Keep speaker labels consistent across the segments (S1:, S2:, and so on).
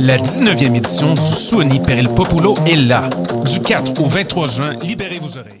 S1: La 19e édition du Suoni per il Popolo est là. Du 4 au 23 juin, libérez vos oreilles.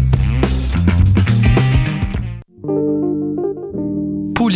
S2: Pool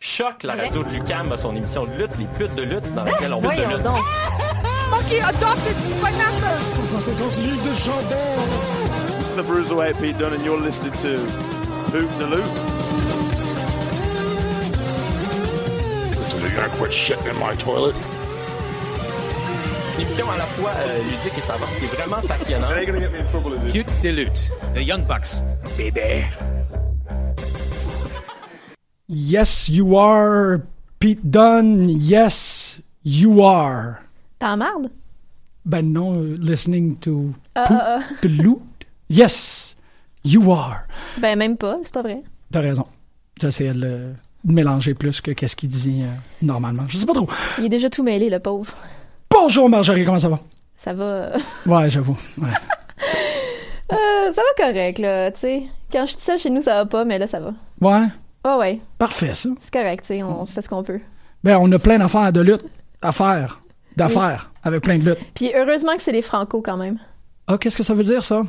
S3: Choc, la radio de Lucam a son émission de lutte, les putes de lutte, dans laquelle on parle de lutte.
S4: It's the Bruiser AP Dunn, and you're listening to Hoop the Loop.
S3: Une émission à la fois euh, ludique et savante, qui est vraiment passionnante.
S4: They're gonna get me in trouble, is it?
S5: Yes, you are. Pete Dunn, yes, you are.
S6: T'en marde?
S5: Ben non, euh, listening to
S6: Ah,
S5: Poop the Loot. Yes, you are.
S6: Ben, même pas, c'est pas vrai.
S5: T'as raison. J'essayais de le de mélanger plus que qu'est-ce qu'il dit euh, normalement. Je sais pas trop.
S6: Il est déjà tout mêlé, le pauvre.
S5: Bonjour Marjorie, comment ça va?
S6: Ça va.
S5: Ouais, j'avoue. Ouais.
S6: Euh, ça va correct, là, tu sais. Quand je suis seule chez nous, ça va pas, mais là, ça va.
S5: ouais,
S6: Ouais, ouais,
S5: parfait ça.
S6: c'est correct, tu sais. On fait ce qu'on peut.
S5: Ben on a plein d'affaires de lutte à faire, d'affaires, avec plein de luttes.
S6: Puis heureusement que c'est les Franco quand même.
S5: Ah, qu'est-ce que ça veut dire ça?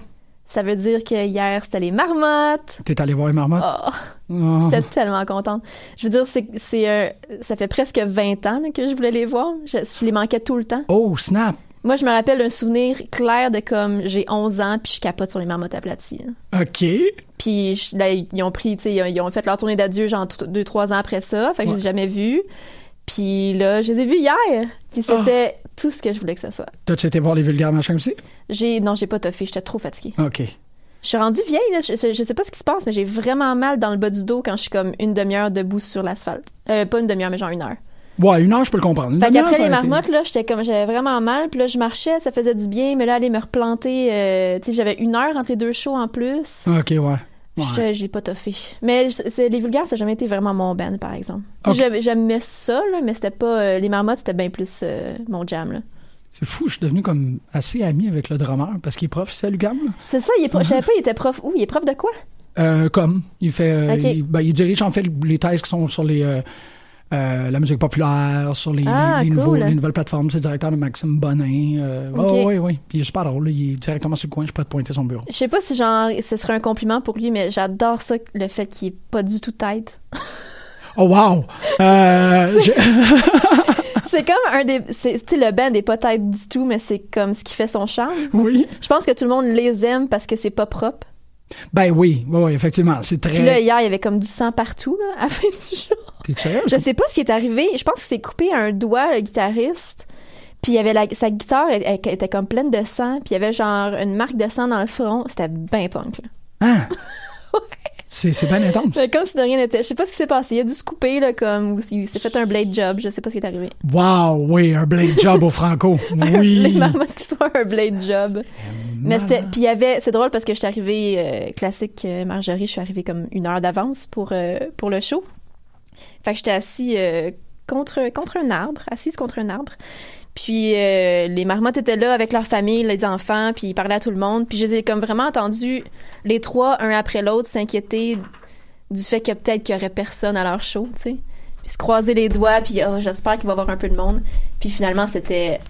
S6: Ça veut dire que hier, c'était les marmottes.
S5: T'es allé voir les marmottes?
S6: Oh,
S5: Ah.
S6: j'étais tellement contente. Je veux dire, c'est, c'est, euh, ça fait presque 20 ans là, que je voulais les voir. Je, je les manquais tout le temps.
S5: Oh, snap!
S6: Moi, je me rappelle un souvenir clair de comme j'ai 11 ans, puis je capote sur les marmottes aplaties. hein.
S5: OK.
S6: Puis je- là, ils ont pris, tu sais, ils ont- ils ont fait leur tournée d'adieu genre t- deux, trois ans après ça. Fait que je les ai jamais vus. Puis là, je les ai vus hier. Puis c'était tout ce que je voulais que ce soit.
S5: Ah. T'as-tu été voir les vulgaires machins aussi?
S6: J'ai, non, j'ai pas toffé, j'étais trop fatiguée.
S5: OK.
S6: Je suis rendue vieille, là, je, je- je sais pas ce qui se passe, mais j'ai vraiment mal dans le bas du dos quand je suis comme une demi-heure debout sur l'asphalte. Euh, pas une demi-heure, mais genre une heure.
S5: Ouais, une heure, je peux le comprendre. Une
S6: Fait
S5: demi-heure,
S6: qu'après
S5: ça
S6: les
S5: aurait été-
S6: marmottes, là, j'étais comme, j'avais vraiment mal, puis là, je marchais, ça faisait du bien, mais là, aller me replanter, euh, tu sais, j'avais une heure entre les deux shows en plus.
S5: OK, ouais. Ouais.
S6: Je j'ai pas toffé. Mais je- c'est- les vulgaires, ça a jamais été vraiment mon band, par exemple. Tu sais, j'aimais- J'aimais ça, là, mais c'était pas. euh, les marmottes, c'était bien plus euh, mon jam. Là.
S5: C'est fou, je suis devenu comme assez ami avec le drummer parce qu'il est prof, c'est à l'UQAM, là.
S6: C'est ça, il est pro- je savais pas, il était prof. Où Il est prof de quoi
S5: Euh, comme. Il fait. euh,
S6: Ok.
S5: il, ben, il dirige en fait les thèses qui sont sur les. euh, euh, la musique populaire, sur les,
S6: Ah,
S5: les- les
S6: cool.
S5: nouveaux- les nouvelles plateformes. C'est le directeur de Maxime Bonin. euh,
S6: Ok.
S5: oh, oui, oui. Puis il est super drôle. là, Il est directement sur le coin. Je peux te pointer son bureau.
S6: Je sais pas si genre, ce serait un compliment pour lui, mais j'adore ça, le fait qu'il est pas du tout tête.
S5: Oh, wow! Euh, je-
S6: c'est comme un des. c'est- Tu sais, le band est pas tête du tout, mais c'est comme ce qui fait son charme.
S5: oui.
S6: Je pense que tout le monde les aime parce que c'est pas propre.
S5: Ben oui, oui, oui, effectivement. C'est
S6: Puis là,
S5: très.
S6: hier, il y avait comme du sang partout, là, à la fin du show.
S5: T'es sérieux?
S6: Je sais pas ce qui est arrivé. Je pense que c'est coupé à un doigt, le guitariste. Puis il y avait la- sa guitare, elle, elle était comme pleine de sang, puis il y avait genre une marque de sang dans le front. C'était bien punk, là.
S5: Ah! C'est c'est bien intense.
S6: Mais comme si de rien n'était. Je sais pas ce qui s'est passé. Il a dû se couper, là, comme, ou il s'est fait un blade job. Je sais pas ce qui est arrivé.
S5: Wow, oui, un blade job au Franco.
S6: Les
S5: Oui.
S6: mamans qui soient un blade job. Mais c'était. Puis il y avait. C'est drôle parce que je suis arrivée, euh, classique euh, Marjorie, je suis arrivée comme une heure d'avance pour, euh, pour le show. Fait que j'étais assise euh, contre, contre un arbre, assise contre un arbre. Puis euh, les marmottes étaient là avec leur famille, les enfants, puis ils parlaient à tout le monde. Puis je les ai comme vraiment entendus, les trois, un après l'autre, s'inquiéter du fait que peut-être qu'il y aurait personne à leur show, tu sais. Puis se croiser les doigts, puis oh, j'espère qu'il va y avoir un peu de monde. Puis finalement, c'était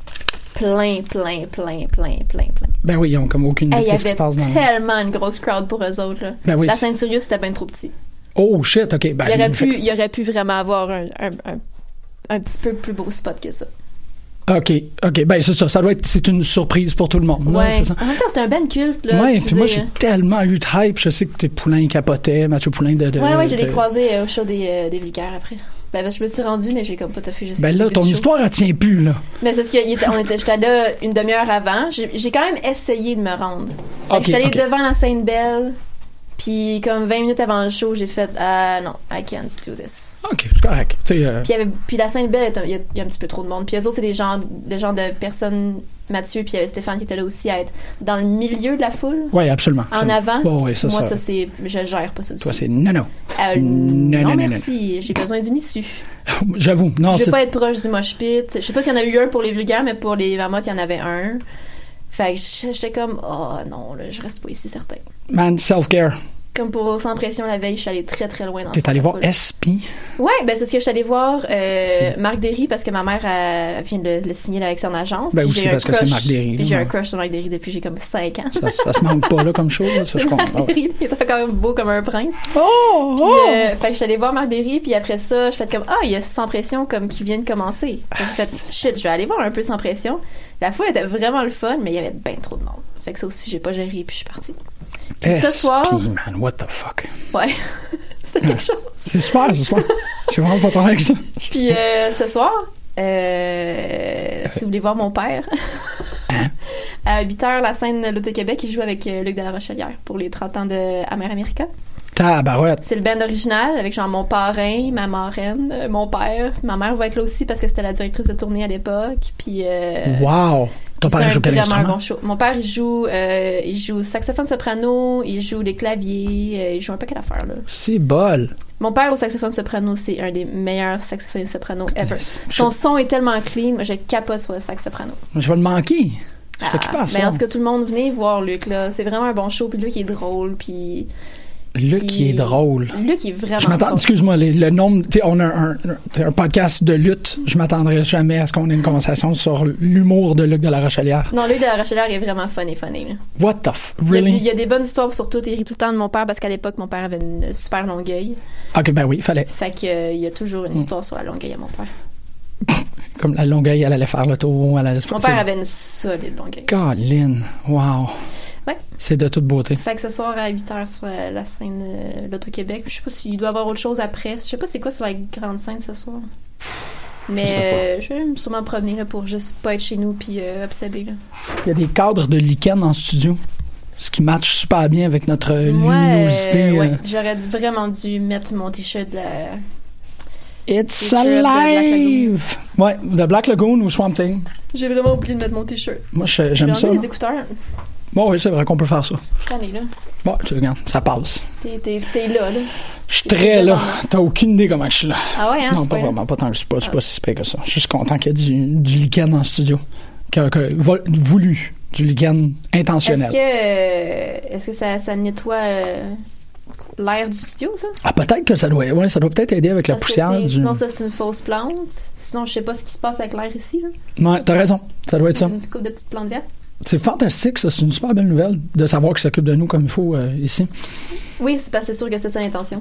S6: plein, plein, plein, plein, plein, plein.
S5: Ben oui, ils ont comme aucune idée
S6: Hey,
S5: de
S6: Il y
S5: ce qui
S6: avait
S5: se passe dans
S6: tellement une grosse crowd pour eux autres. là.
S5: Ben oui,
S6: La
S5: c'est-
S6: Sainte-Sirius, c'était bien trop petit.
S5: Oh shit, ok. Ben,
S6: il, aurait
S5: fait-
S6: pu, il aurait pu vraiment avoir un, un- un- un petit peu plus beau spot que ça.
S5: Ok, ok. Ben c'est ça, ça doit être, c'est une surprise pour tout le monde. non?
S6: ouais.
S5: C'est ça.
S6: En même temps, c'était un band culte. Là,
S5: ouais,
S6: tu euh.
S5: puis moi
S6: faisais-
S5: j'ai tellement eu de hype, je sais que tes poulains capotaient, Mathieu Poulain de, de
S6: Ouais, ouais, j'ai les
S5: de-
S6: croisés euh, au show des, euh, des vulgaires après. Ben, parce que je me suis rendue, mais j'ai comme pas tout fait jusqu'à
S5: Ben là, ton histoire elle tient plus là.
S6: Mais c'est ce que il était- on était, j'étais là une demi-heure avant. J'ai j'ai quand même essayé de me rendre. Fait que
S5: Ok,
S6: j'étais allée
S5: ok.
S6: devant la scène belle. Puis comme 20 minutes avant le show, j'ai fait ah non, I can't do this.
S5: Ok, c'est correct. Tu sais, euh,
S6: Puis, il y avait- puis la scène belle, il y, a- il y a un petit peu trop de monde. Puis eux autres, c'est des gens, le genre de personnes, Mathieu, puis il y avait Stéphane qui était là aussi à être dans le milieu de la foule.
S5: Ouais, absolument.
S6: En avant.
S5: Ouais, ouais, ça,
S6: Moi,
S5: ça-
S6: ça, c'est, je gère pas ça du
S5: Toi
S6: tout.
S5: c'est non non.
S6: Euh,
S5: Non,
S6: non,
S5: non, non,
S6: merci, j'ai besoin d'une issue.
S5: J'avoue, non.
S6: je
S5: c'est-
S6: veux pas être proche du mosh pit. Je sais pas s'il y en a eu un pour les vulgaires, mais pour les marmottes, il y en avait un. Fait que j- j'étais comme, oh non, là, je reste pas ici, certain.
S5: Man, self-care.
S6: Comme pour Sans Pression la veille, je suis allée très très loin dans
S5: T'es
S6: le
S5: allé
S6: fond
S5: voir
S6: de la foule.
S5: SP.
S6: Ouais, ben c'est ce que je suis allée voir euh,
S5: C'est-
S6: Marc Derry parce que ma mère elle, elle vient de le, le signer là, avec son agence.
S5: Ben
S6: Puis
S5: aussi
S6: j'ai un
S5: parce que c'est
S6: crush-
S5: Marc Derry,
S6: Puis j'ai
S5: là,
S6: un
S5: ouais.
S6: crush sur Marc Derry depuis j'ai comme 5 ans.
S5: Ça, ça se manque pas là comme chose, là, ça je comprends. Ah
S6: Marc
S5: ouais.
S6: Derry, il est quand même beau comme un prince.
S5: Oh!
S6: Puis, euh, fait que je suis allée voir Marc Derry, puis après ça, je fais comme Ah, il y a Sans Pression comme qui vient de commencer. Fait que
S5: Ah,
S6: j'ai fait Shit, je vais aller voir un peu Sans Pression. La foule était vraiment le fun, mais il y avait bien trop de monde. Fait que ça aussi, j'ai pas géré, puis je suis partie. Puis ce
S5: SP,
S6: soir.
S5: man, what the fuck.
S6: Ouais. c'est quelque chose.
S5: C'est super, c'est super. J'ai vraiment pas parlé avec ça.
S6: Puis euh, ce soir, euh, si vous voulez voir mon père, à 8 h, la scène de l'Auto-Québec, il joue avec euh, Luc de la Rochelière pour les 30 ans de Amer America.
S5: Tabarouette.
S6: C'est le band original avec genre mon parrain, ma marraine, euh, mon père. Ma mère va être là aussi parce que c'était la directrice de tournée à l'époque. Puis. euh,
S5: wow.
S6: puis c'est
S5: Ton parent
S6: un-
S5: joue quel
S6: vraiment un
S5: instrument?
S6: bon show. Mon père, il joue, euh, il joue saxophone soprano, il joue les claviers, euh, il joue un paquet d'affaires, là.
S5: C'est bol.
S6: Mon père au saxophone soprano, c'est un des meilleurs saxophonistes soprano ever.
S5: Nice.
S6: Son son est tellement clean, moi, je capote sur le sax soprano. Ah,
S5: Je vais le manquer. Je t'occupe à
S6: Mais
S5: ça.
S6: en tout cas, tout le monde, venez voir Luc, là. C'est vraiment un bon show, puis Luc est drôle, puis...
S5: Luc,
S6: puis-
S5: il est drôle.
S6: Luc est vraiment
S5: Je m'attends,
S6: drôle.
S5: excuse-moi, les- le nombre, tu sais, on a un, un- t'sais, un podcast de lutte. Je m'attendrais jamais à ce qu'on ait une conversation sur l'humour de Luc de la Rochelière.
S6: Non, Luc de la Rochelière est vraiment funny, funny, là.
S5: What the f...
S6: Il y a- Il
S5: Really?
S6: y a des bonnes histoires sur tout. Il rit tout le temps de mon père parce qu'à l'époque, mon père avait une super longueuil.
S5: Ok, ben oui, fallait.
S6: Fait que, euh, il y a toujours
S5: Hmm.
S6: une histoire sur la longueuil à mon père.
S5: Comme la longueuil, elle allait faire le tour. Elle allait...
S6: Mon père avait une solide longueuil.
S5: Colin, wow.
S6: Ouais.
S5: C'est de toute beauté.
S6: Fait que ce soir à 8h sur euh, la scène euh, l'Auto-Québec. Je sais pas s'il doit y avoir autre chose après. Je sais pas c'est quoi sur la grande scène ce soir. Mais euh, je vais me- sûrement me promener là, pour juste pas être chez nous puis euh, obsédé. Là.
S5: Il y a des cadres de lichen en studio, ce qui match super bien avec notre
S6: Moi, euh,
S5: luminosité.
S6: ouais,
S5: euh,
S6: J'aurais dû- vraiment dû mettre mon t-shirt de la.
S5: It's
S6: T-shirt de Black
S5: alive! Ouais, de Black Lagoon ou Swamp Thing.
S6: J'ai vraiment oublié de mettre mon t-shirt.
S5: Moi, je-
S6: J'ai
S5: j'aime ça.
S6: enlevé
S5: là.
S6: les écouteurs.
S5: Bon, oui, c'est vrai qu'on peut faire ça.
S6: T'en es là.
S5: Bon, tu regardes, ça passe.
S6: T'es- T'es t'es là, là.
S5: Je suis très là. T'as aucune idée comment je suis là.
S6: Ah ouais, hein?
S5: non,
S6: c'est
S5: pas
S6: pas-
S5: vraiment. Pas tant que je suis pas, je suis pas si pire que ça. Je suis juste content qu'il y ait du, du lichen en studio. Que, que- vol- voulu. Du lichen
S6: Est-ce
S5: intentionnel.
S6: que, euh, est-ce que ça, ça nettoie euh, l'air du studio, ça?
S5: Ah, peut-être que ça doit, ouais, ça doit peut-être aider avec la
S6: Parce que
S5: poussière.
S6: c'est-
S5: Du...
S6: Sinon, ça, c'est une fausse plante. Sinon, je sais pas ce qui se passe avec l'air ici. Là.
S5: Ouais, t'as raison. Ça doit être ça.
S6: Une coupe de petites plantes vertes.
S5: C'est fantastique, ça. C'est une super belle nouvelle de savoir qu'ils s'occupent de nous comme il faut euh, ici.
S6: Oui, c'est parce que c'est sûr que c'est ça l'intention.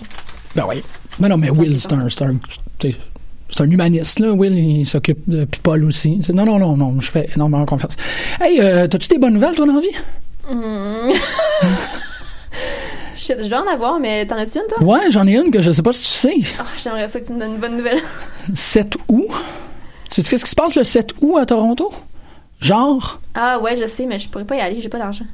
S5: Ben oui. Mais non, mais Will, c'est un, c'est un, tu sais, c'est un humaniste, là. Will, il s'occupe de. Puis Paul aussi. C'est- Non, non, non, non. Je fais énormément confiance. Hey, euh, t'as-tu des bonnes nouvelles, toi, dans la vie?
S6: Hmm. Shit, je dois en avoir, mais t'en as-tu une, toi?
S5: Ouais, j'en ai une que je sais pas si tu sais.
S6: Ah, J'aimerais ça que tu me donnes une bonne nouvelle.
S5: 7 août. Tu sais qu'est-ce qui se passe le 7 août à Toronto? Genre,
S6: Ah ouais, je sais, mais je pourrais pas y aller, j'ai pas d'argent.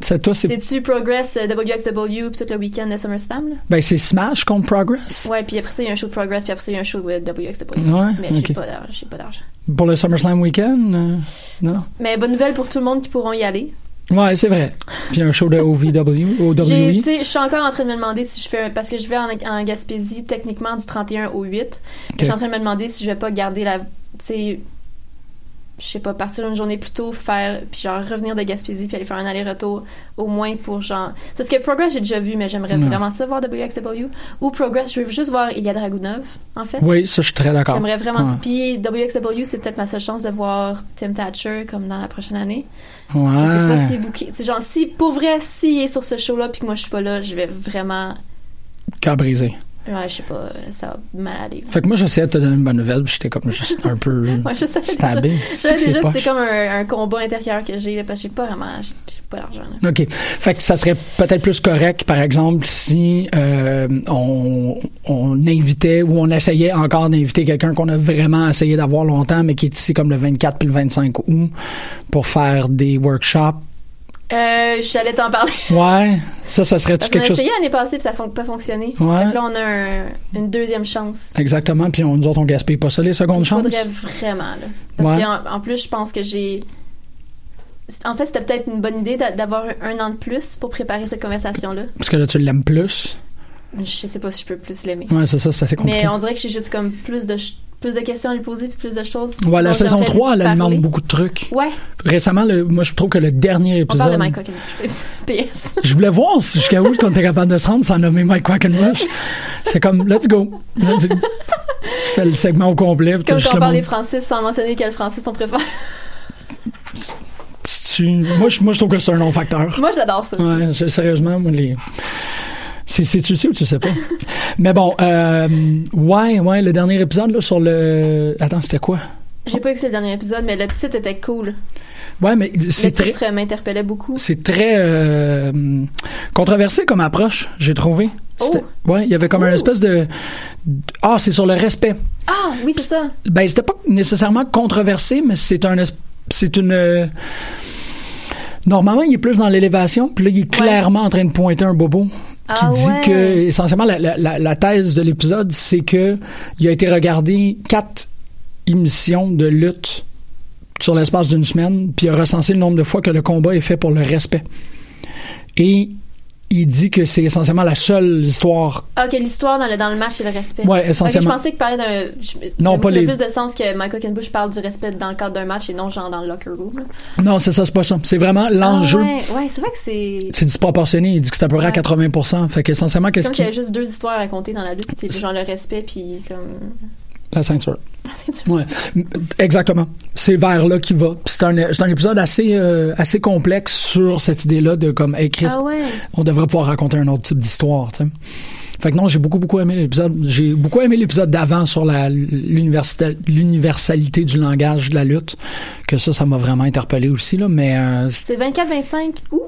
S5: c'est toi, c'est.
S6: C'est-tu Progress euh, WXW puis tout le week-end de SummerSlam? là?
S5: Ben, c'est Smash contre Progress.
S6: Ouais, puis après ça, il y a un show de Progress, puis après ça, il y a un show de WXW.
S5: Ouais,
S6: mais j'ai
S5: ok.
S6: pas d'argent, j'ai pas d'argent.
S5: Pour le SummerSlam Weekend, euh, non?
S6: Mais bonne nouvelle pour tout le monde qui pourront y aller.
S5: Ouais, c'est vrai. Puis un show de OVW,
S6: J'ai,
S5: OWE.
S6: tu sais, Je suis encore en train de me demander si je fais. Parce que je vais en, en Gaspésie techniquement du 31 au 8.
S5: Ok.
S6: Je suis en train de me demander si je vais pas garder la. Tu sais. Je sais pas, partir une journée plus tôt, faire. Puis genre revenir de Gaspésie, puis aller faire un aller-retour, au moins pour genre. c'est Parce que Progress, j'ai déjà vu, mais j'aimerais
S5: Ouais.
S6: vraiment ça voir WXW. Ou Progress, je veux juste voir Ilya Dragunov, en fait.
S5: Oui, ça, je suis très d'accord.
S6: J'aimerais vraiment.
S5: Ouais.
S6: Puis WXW, c'est peut-être ma seule chance de voir Tim Thatcher comme dans la prochaine année. Je sais
S5: Ouais.
S6: pas s'il est booké. C'est genre, si, pour vrai, s'il est sur ce show-là puis que moi je suis pas là, je vais vraiment.
S5: Cœur brisé.
S6: Ouais, je sais pas, ça va mal aller.
S5: Fait que moi, j'essayais de te donner une bonne nouvelle, puis j'étais comme juste un peu
S6: Moi, je sais
S5: stabé.
S6: déjà. Je
S5: C'est que
S6: sais déjà
S5: c'est
S6: que c'est
S5: poche.
S6: comme un, un combat intérieur que j'ai, là, parce que j'ai pas vraiment. J'ai j'ai pas l'argent. là.
S5: OK. Fait que ça serait peut-être plus correct, par exemple, si euh, on, on invitait ou on essayait encore d'inviter quelqu'un qu'on a vraiment essayé d'avoir longtemps, mais qui est ici comme le 24 puis le 25 août, pour faire des workshops.
S6: Euh, j'allais t'en parler.
S5: Ouais. Ça, ça serait-tu
S6: Parce qu'on a
S5: quelque chose...
S6: essayé l'année passée puis ça n'a pas fonctionné.
S5: Ouais.
S6: Fait que là, on a un- une deuxième chance.
S5: Exactement, puis on, nous autres, on gaspille pas ça, les secondes
S6: Il
S5: chances.
S6: faudrait vraiment, là. Parce
S5: Ouais.
S6: qu'en en plus, je pense que j'ai. c'est- En fait, c'était peut-être une bonne idée d'a- d'avoir un an de plus pour préparer cette conversation-là.
S5: Parce que là, tu l'aimes plus.
S6: Je sais pas si je peux plus l'aimer.
S5: Ouais, c'est ça, c'est assez compliqué.
S6: Mais on dirait que j'ai juste comme plus de, ch- plus de questions à lui poser puis plus de choses.
S5: Ouais, la
S6: dont
S5: saison
S6: j'aimerais
S5: 3, elle
S6: lui
S5: alimente
S6: parler.
S5: beaucoup de trucs.
S6: Ouais,
S5: Récemment, le- moi, je trouve que le dernier
S6: on parle de
S5: épisode.
S6: Mike Hawkins. PS.
S5: je voulais voir si- jusqu'à où on était capable de se rendre sans nommer Mike Quackenbush. C'est comme, let's go. Là, tu, tu fais le segment au complet. puis t'as
S6: Comme
S5: juste
S6: quand on
S5: le
S6: parle des
S5: monde-
S6: Français sans mentionner quel Français on préfère.
S5: Tu- moi, je, moi, je trouve que c'est un non-facteur.
S6: Moi, j'adore ça. aussi.
S5: Ouais, je- sérieusement, moi, les. C'est, c'est- tu le sais ou tu le sais pas? Mais bon, euh, ouais, ouais, le dernier épisode, là, sur le. Attends, c'était quoi?
S6: J'ai pas écouté le dernier épisode, mais le titre était cool.
S5: Ouais, mais
S6: Le
S5: c'est très.
S6: titre euh, m'interpellait beaucoup.
S5: C'est très euh, controversé comme approche, j'ai trouvé. C'était- Ouais, il y avait comme un espèce de de- ah, c'est sur le respect.
S6: Ah, oui, c'est ça.
S5: Ben c'était pas nécessairement controversé, mais c'est un es- c'est une euh, Normalement, il est plus dans l'élévation, puis là, il est clairement en train de pointer un bobo. Qui
S6: Ah
S5: dit
S6: ouais.
S5: que, essentiellement, la, la- la- la thèse de l'épisode, c'est que il a été regardé quatre émissions de lutte sur l'espace d'une semaine, puis il a recensé le nombre de fois que le combat est fait pour le respect. Et il dit que c'est essentiellement la seule histoire.
S6: Ah, ok, l'histoire dans le, dans le match, c'est le respect.
S5: Ouais, essentiellement.
S6: Ok, je pensais que parler d'un. je-
S5: Non,
S6: ça
S5: pas
S6: faisait
S5: les-
S6: plus de sens que Mike Hawkins parle du respect dans le cadre d'un match et non genre dans le locker room. là.
S5: Non, c'est ça, c'est pas ça. C'est vraiment l'enjeu.
S6: Ah, ouais, ouais, c'est vrai que c'est.
S5: C'est disproportionné. Il dit que c'est à peu près à
S6: Ouais.
S5: 80 Fait qu'essentiellement,
S6: C'est
S5: qu'est-ce
S6: comme s'il y
S5: qui.
S6: avait juste deux histoires à raconter dans la lutte, c'est genre le respect puis comme
S5: La ceinture.
S6: la ceinture.
S5: Ouais. Exactement. C'est vers là qu'il va. Puis C'est un, c'est un épisode assez, euh, assez complexe sur cette idée-là de comme, hey Chris,
S6: Ah ouais.
S5: on devrait pouvoir raconter un autre type d'histoire, tu sais. Fait que non, j'ai beaucoup, beaucoup aimé l'épisode. J'ai beaucoup aimé l'épisode d'avant sur la, l'université- l'universalité du langage de la lutte. Que ça, ça m'a vraiment interpellé aussi, là. Mais euh, c'est
S6: C'est 24-25 ou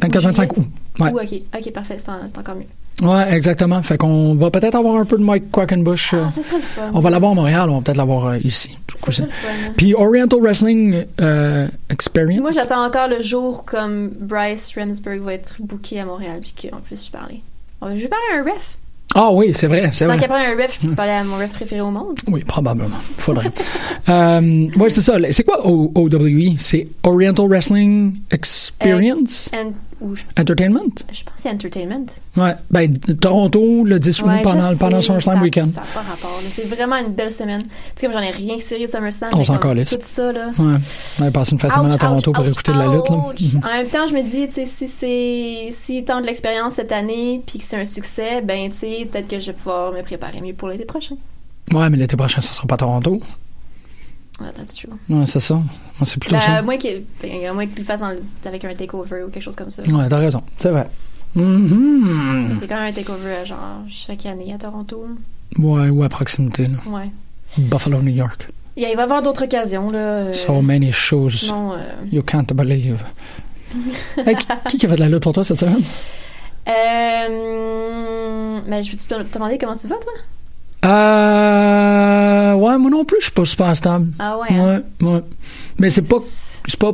S5: 24-25 août. Ouais.
S6: ou ok, ok parfait, c'est en- c'est encore mieux.
S5: ouais, exactement. Fait qu'on va peut-être avoir un peu de Mike Quackenbush. euh,
S6: Ah, ça serait le fun.
S5: on va l'avoir à Montréal, on va peut-être l'avoir euh, ici. Du
S6: Ça
S5: coup,
S6: serait le
S5: c'est-
S6: fun. hein.
S5: Puis Oriental Wrestling euh, Experience.
S6: Moi, j'attends encore le jour comme Bryce Ramsburg va être booké à Montréal puis qu'on puisse lui parler. On va- Je vais parler à un ref.
S5: Ah oui, c'est vrai,
S6: Tant
S5: c'est vrai. Hmm.
S6: qu'à parler à un ref, je peux parler à mon ref préféré au monde.
S5: Oui, probablement. Faudrait. euh, ouais, c'est ça. C'est quoi O- OWE? C'est Oriental Wrestling Experience
S6: And, ou je,
S5: Entertainment?
S6: je pense que c'est Entertainment.
S5: Ouais. Ben, Toronto, le 10 août,
S6: Ouais,
S5: pendant,
S6: je
S5: pendant
S6: sais,
S5: SummerSlam
S6: ça-
S5: Weekend.
S6: Ça n'a pas rapport, mais c'est vraiment une belle semaine. Tu sais, comme j'en ai rien serré de SummerSlam.
S5: On
S6: mais
S5: s'en
S6: comme
S5: calisse.
S6: Tout ça, là.
S5: Ouais. On avait passé une fin de semaine à
S6: Ouch,
S5: Toronto
S6: ouch,
S5: pour
S6: ouch,
S5: écouter de la lutte. là. Hmm.
S6: ouch. En même temps, je me dis, tu sais, si c'est si tente l'expérience cette année puis que c'est un succès, ben tu sais, peut-être que je vais pouvoir me préparer mieux pour l'été prochain.
S5: Mhm. Ouais, mais l'été prochain, ça sera pas Toronto.
S6: Ah, that's true.
S5: Ouais, c'est ça. Ouais, c'est plutôt
S6: Ben, à
S5: ça.
S6: moins qu'il ben, à moins qu'il le fasse dans le- avec un takeover ou quelque chose comme ça.
S5: Ouais, t'as raison. C'est vrai. Mhm.
S6: C'est quand même un takeover à genre chaque année à Toronto.
S5: Ouais, ou à proximité, là.
S6: Ouais.
S5: Buffalo, New York.
S6: Il va y avoir d'autres occasions là. euh,
S5: So many shows.
S6: sinon, euh,
S5: You can't believe. Hey, qui- qui qui a fait de la lutte pour toi cette semaine?
S6: ben, Euh, mais je vais te demander comment tu vas, toi?
S5: Euh, ouais, moi non plus, je suis pas super stable.
S6: Ah ouais,
S5: Ouais, ouais. Mais c'est pas, c'est pas,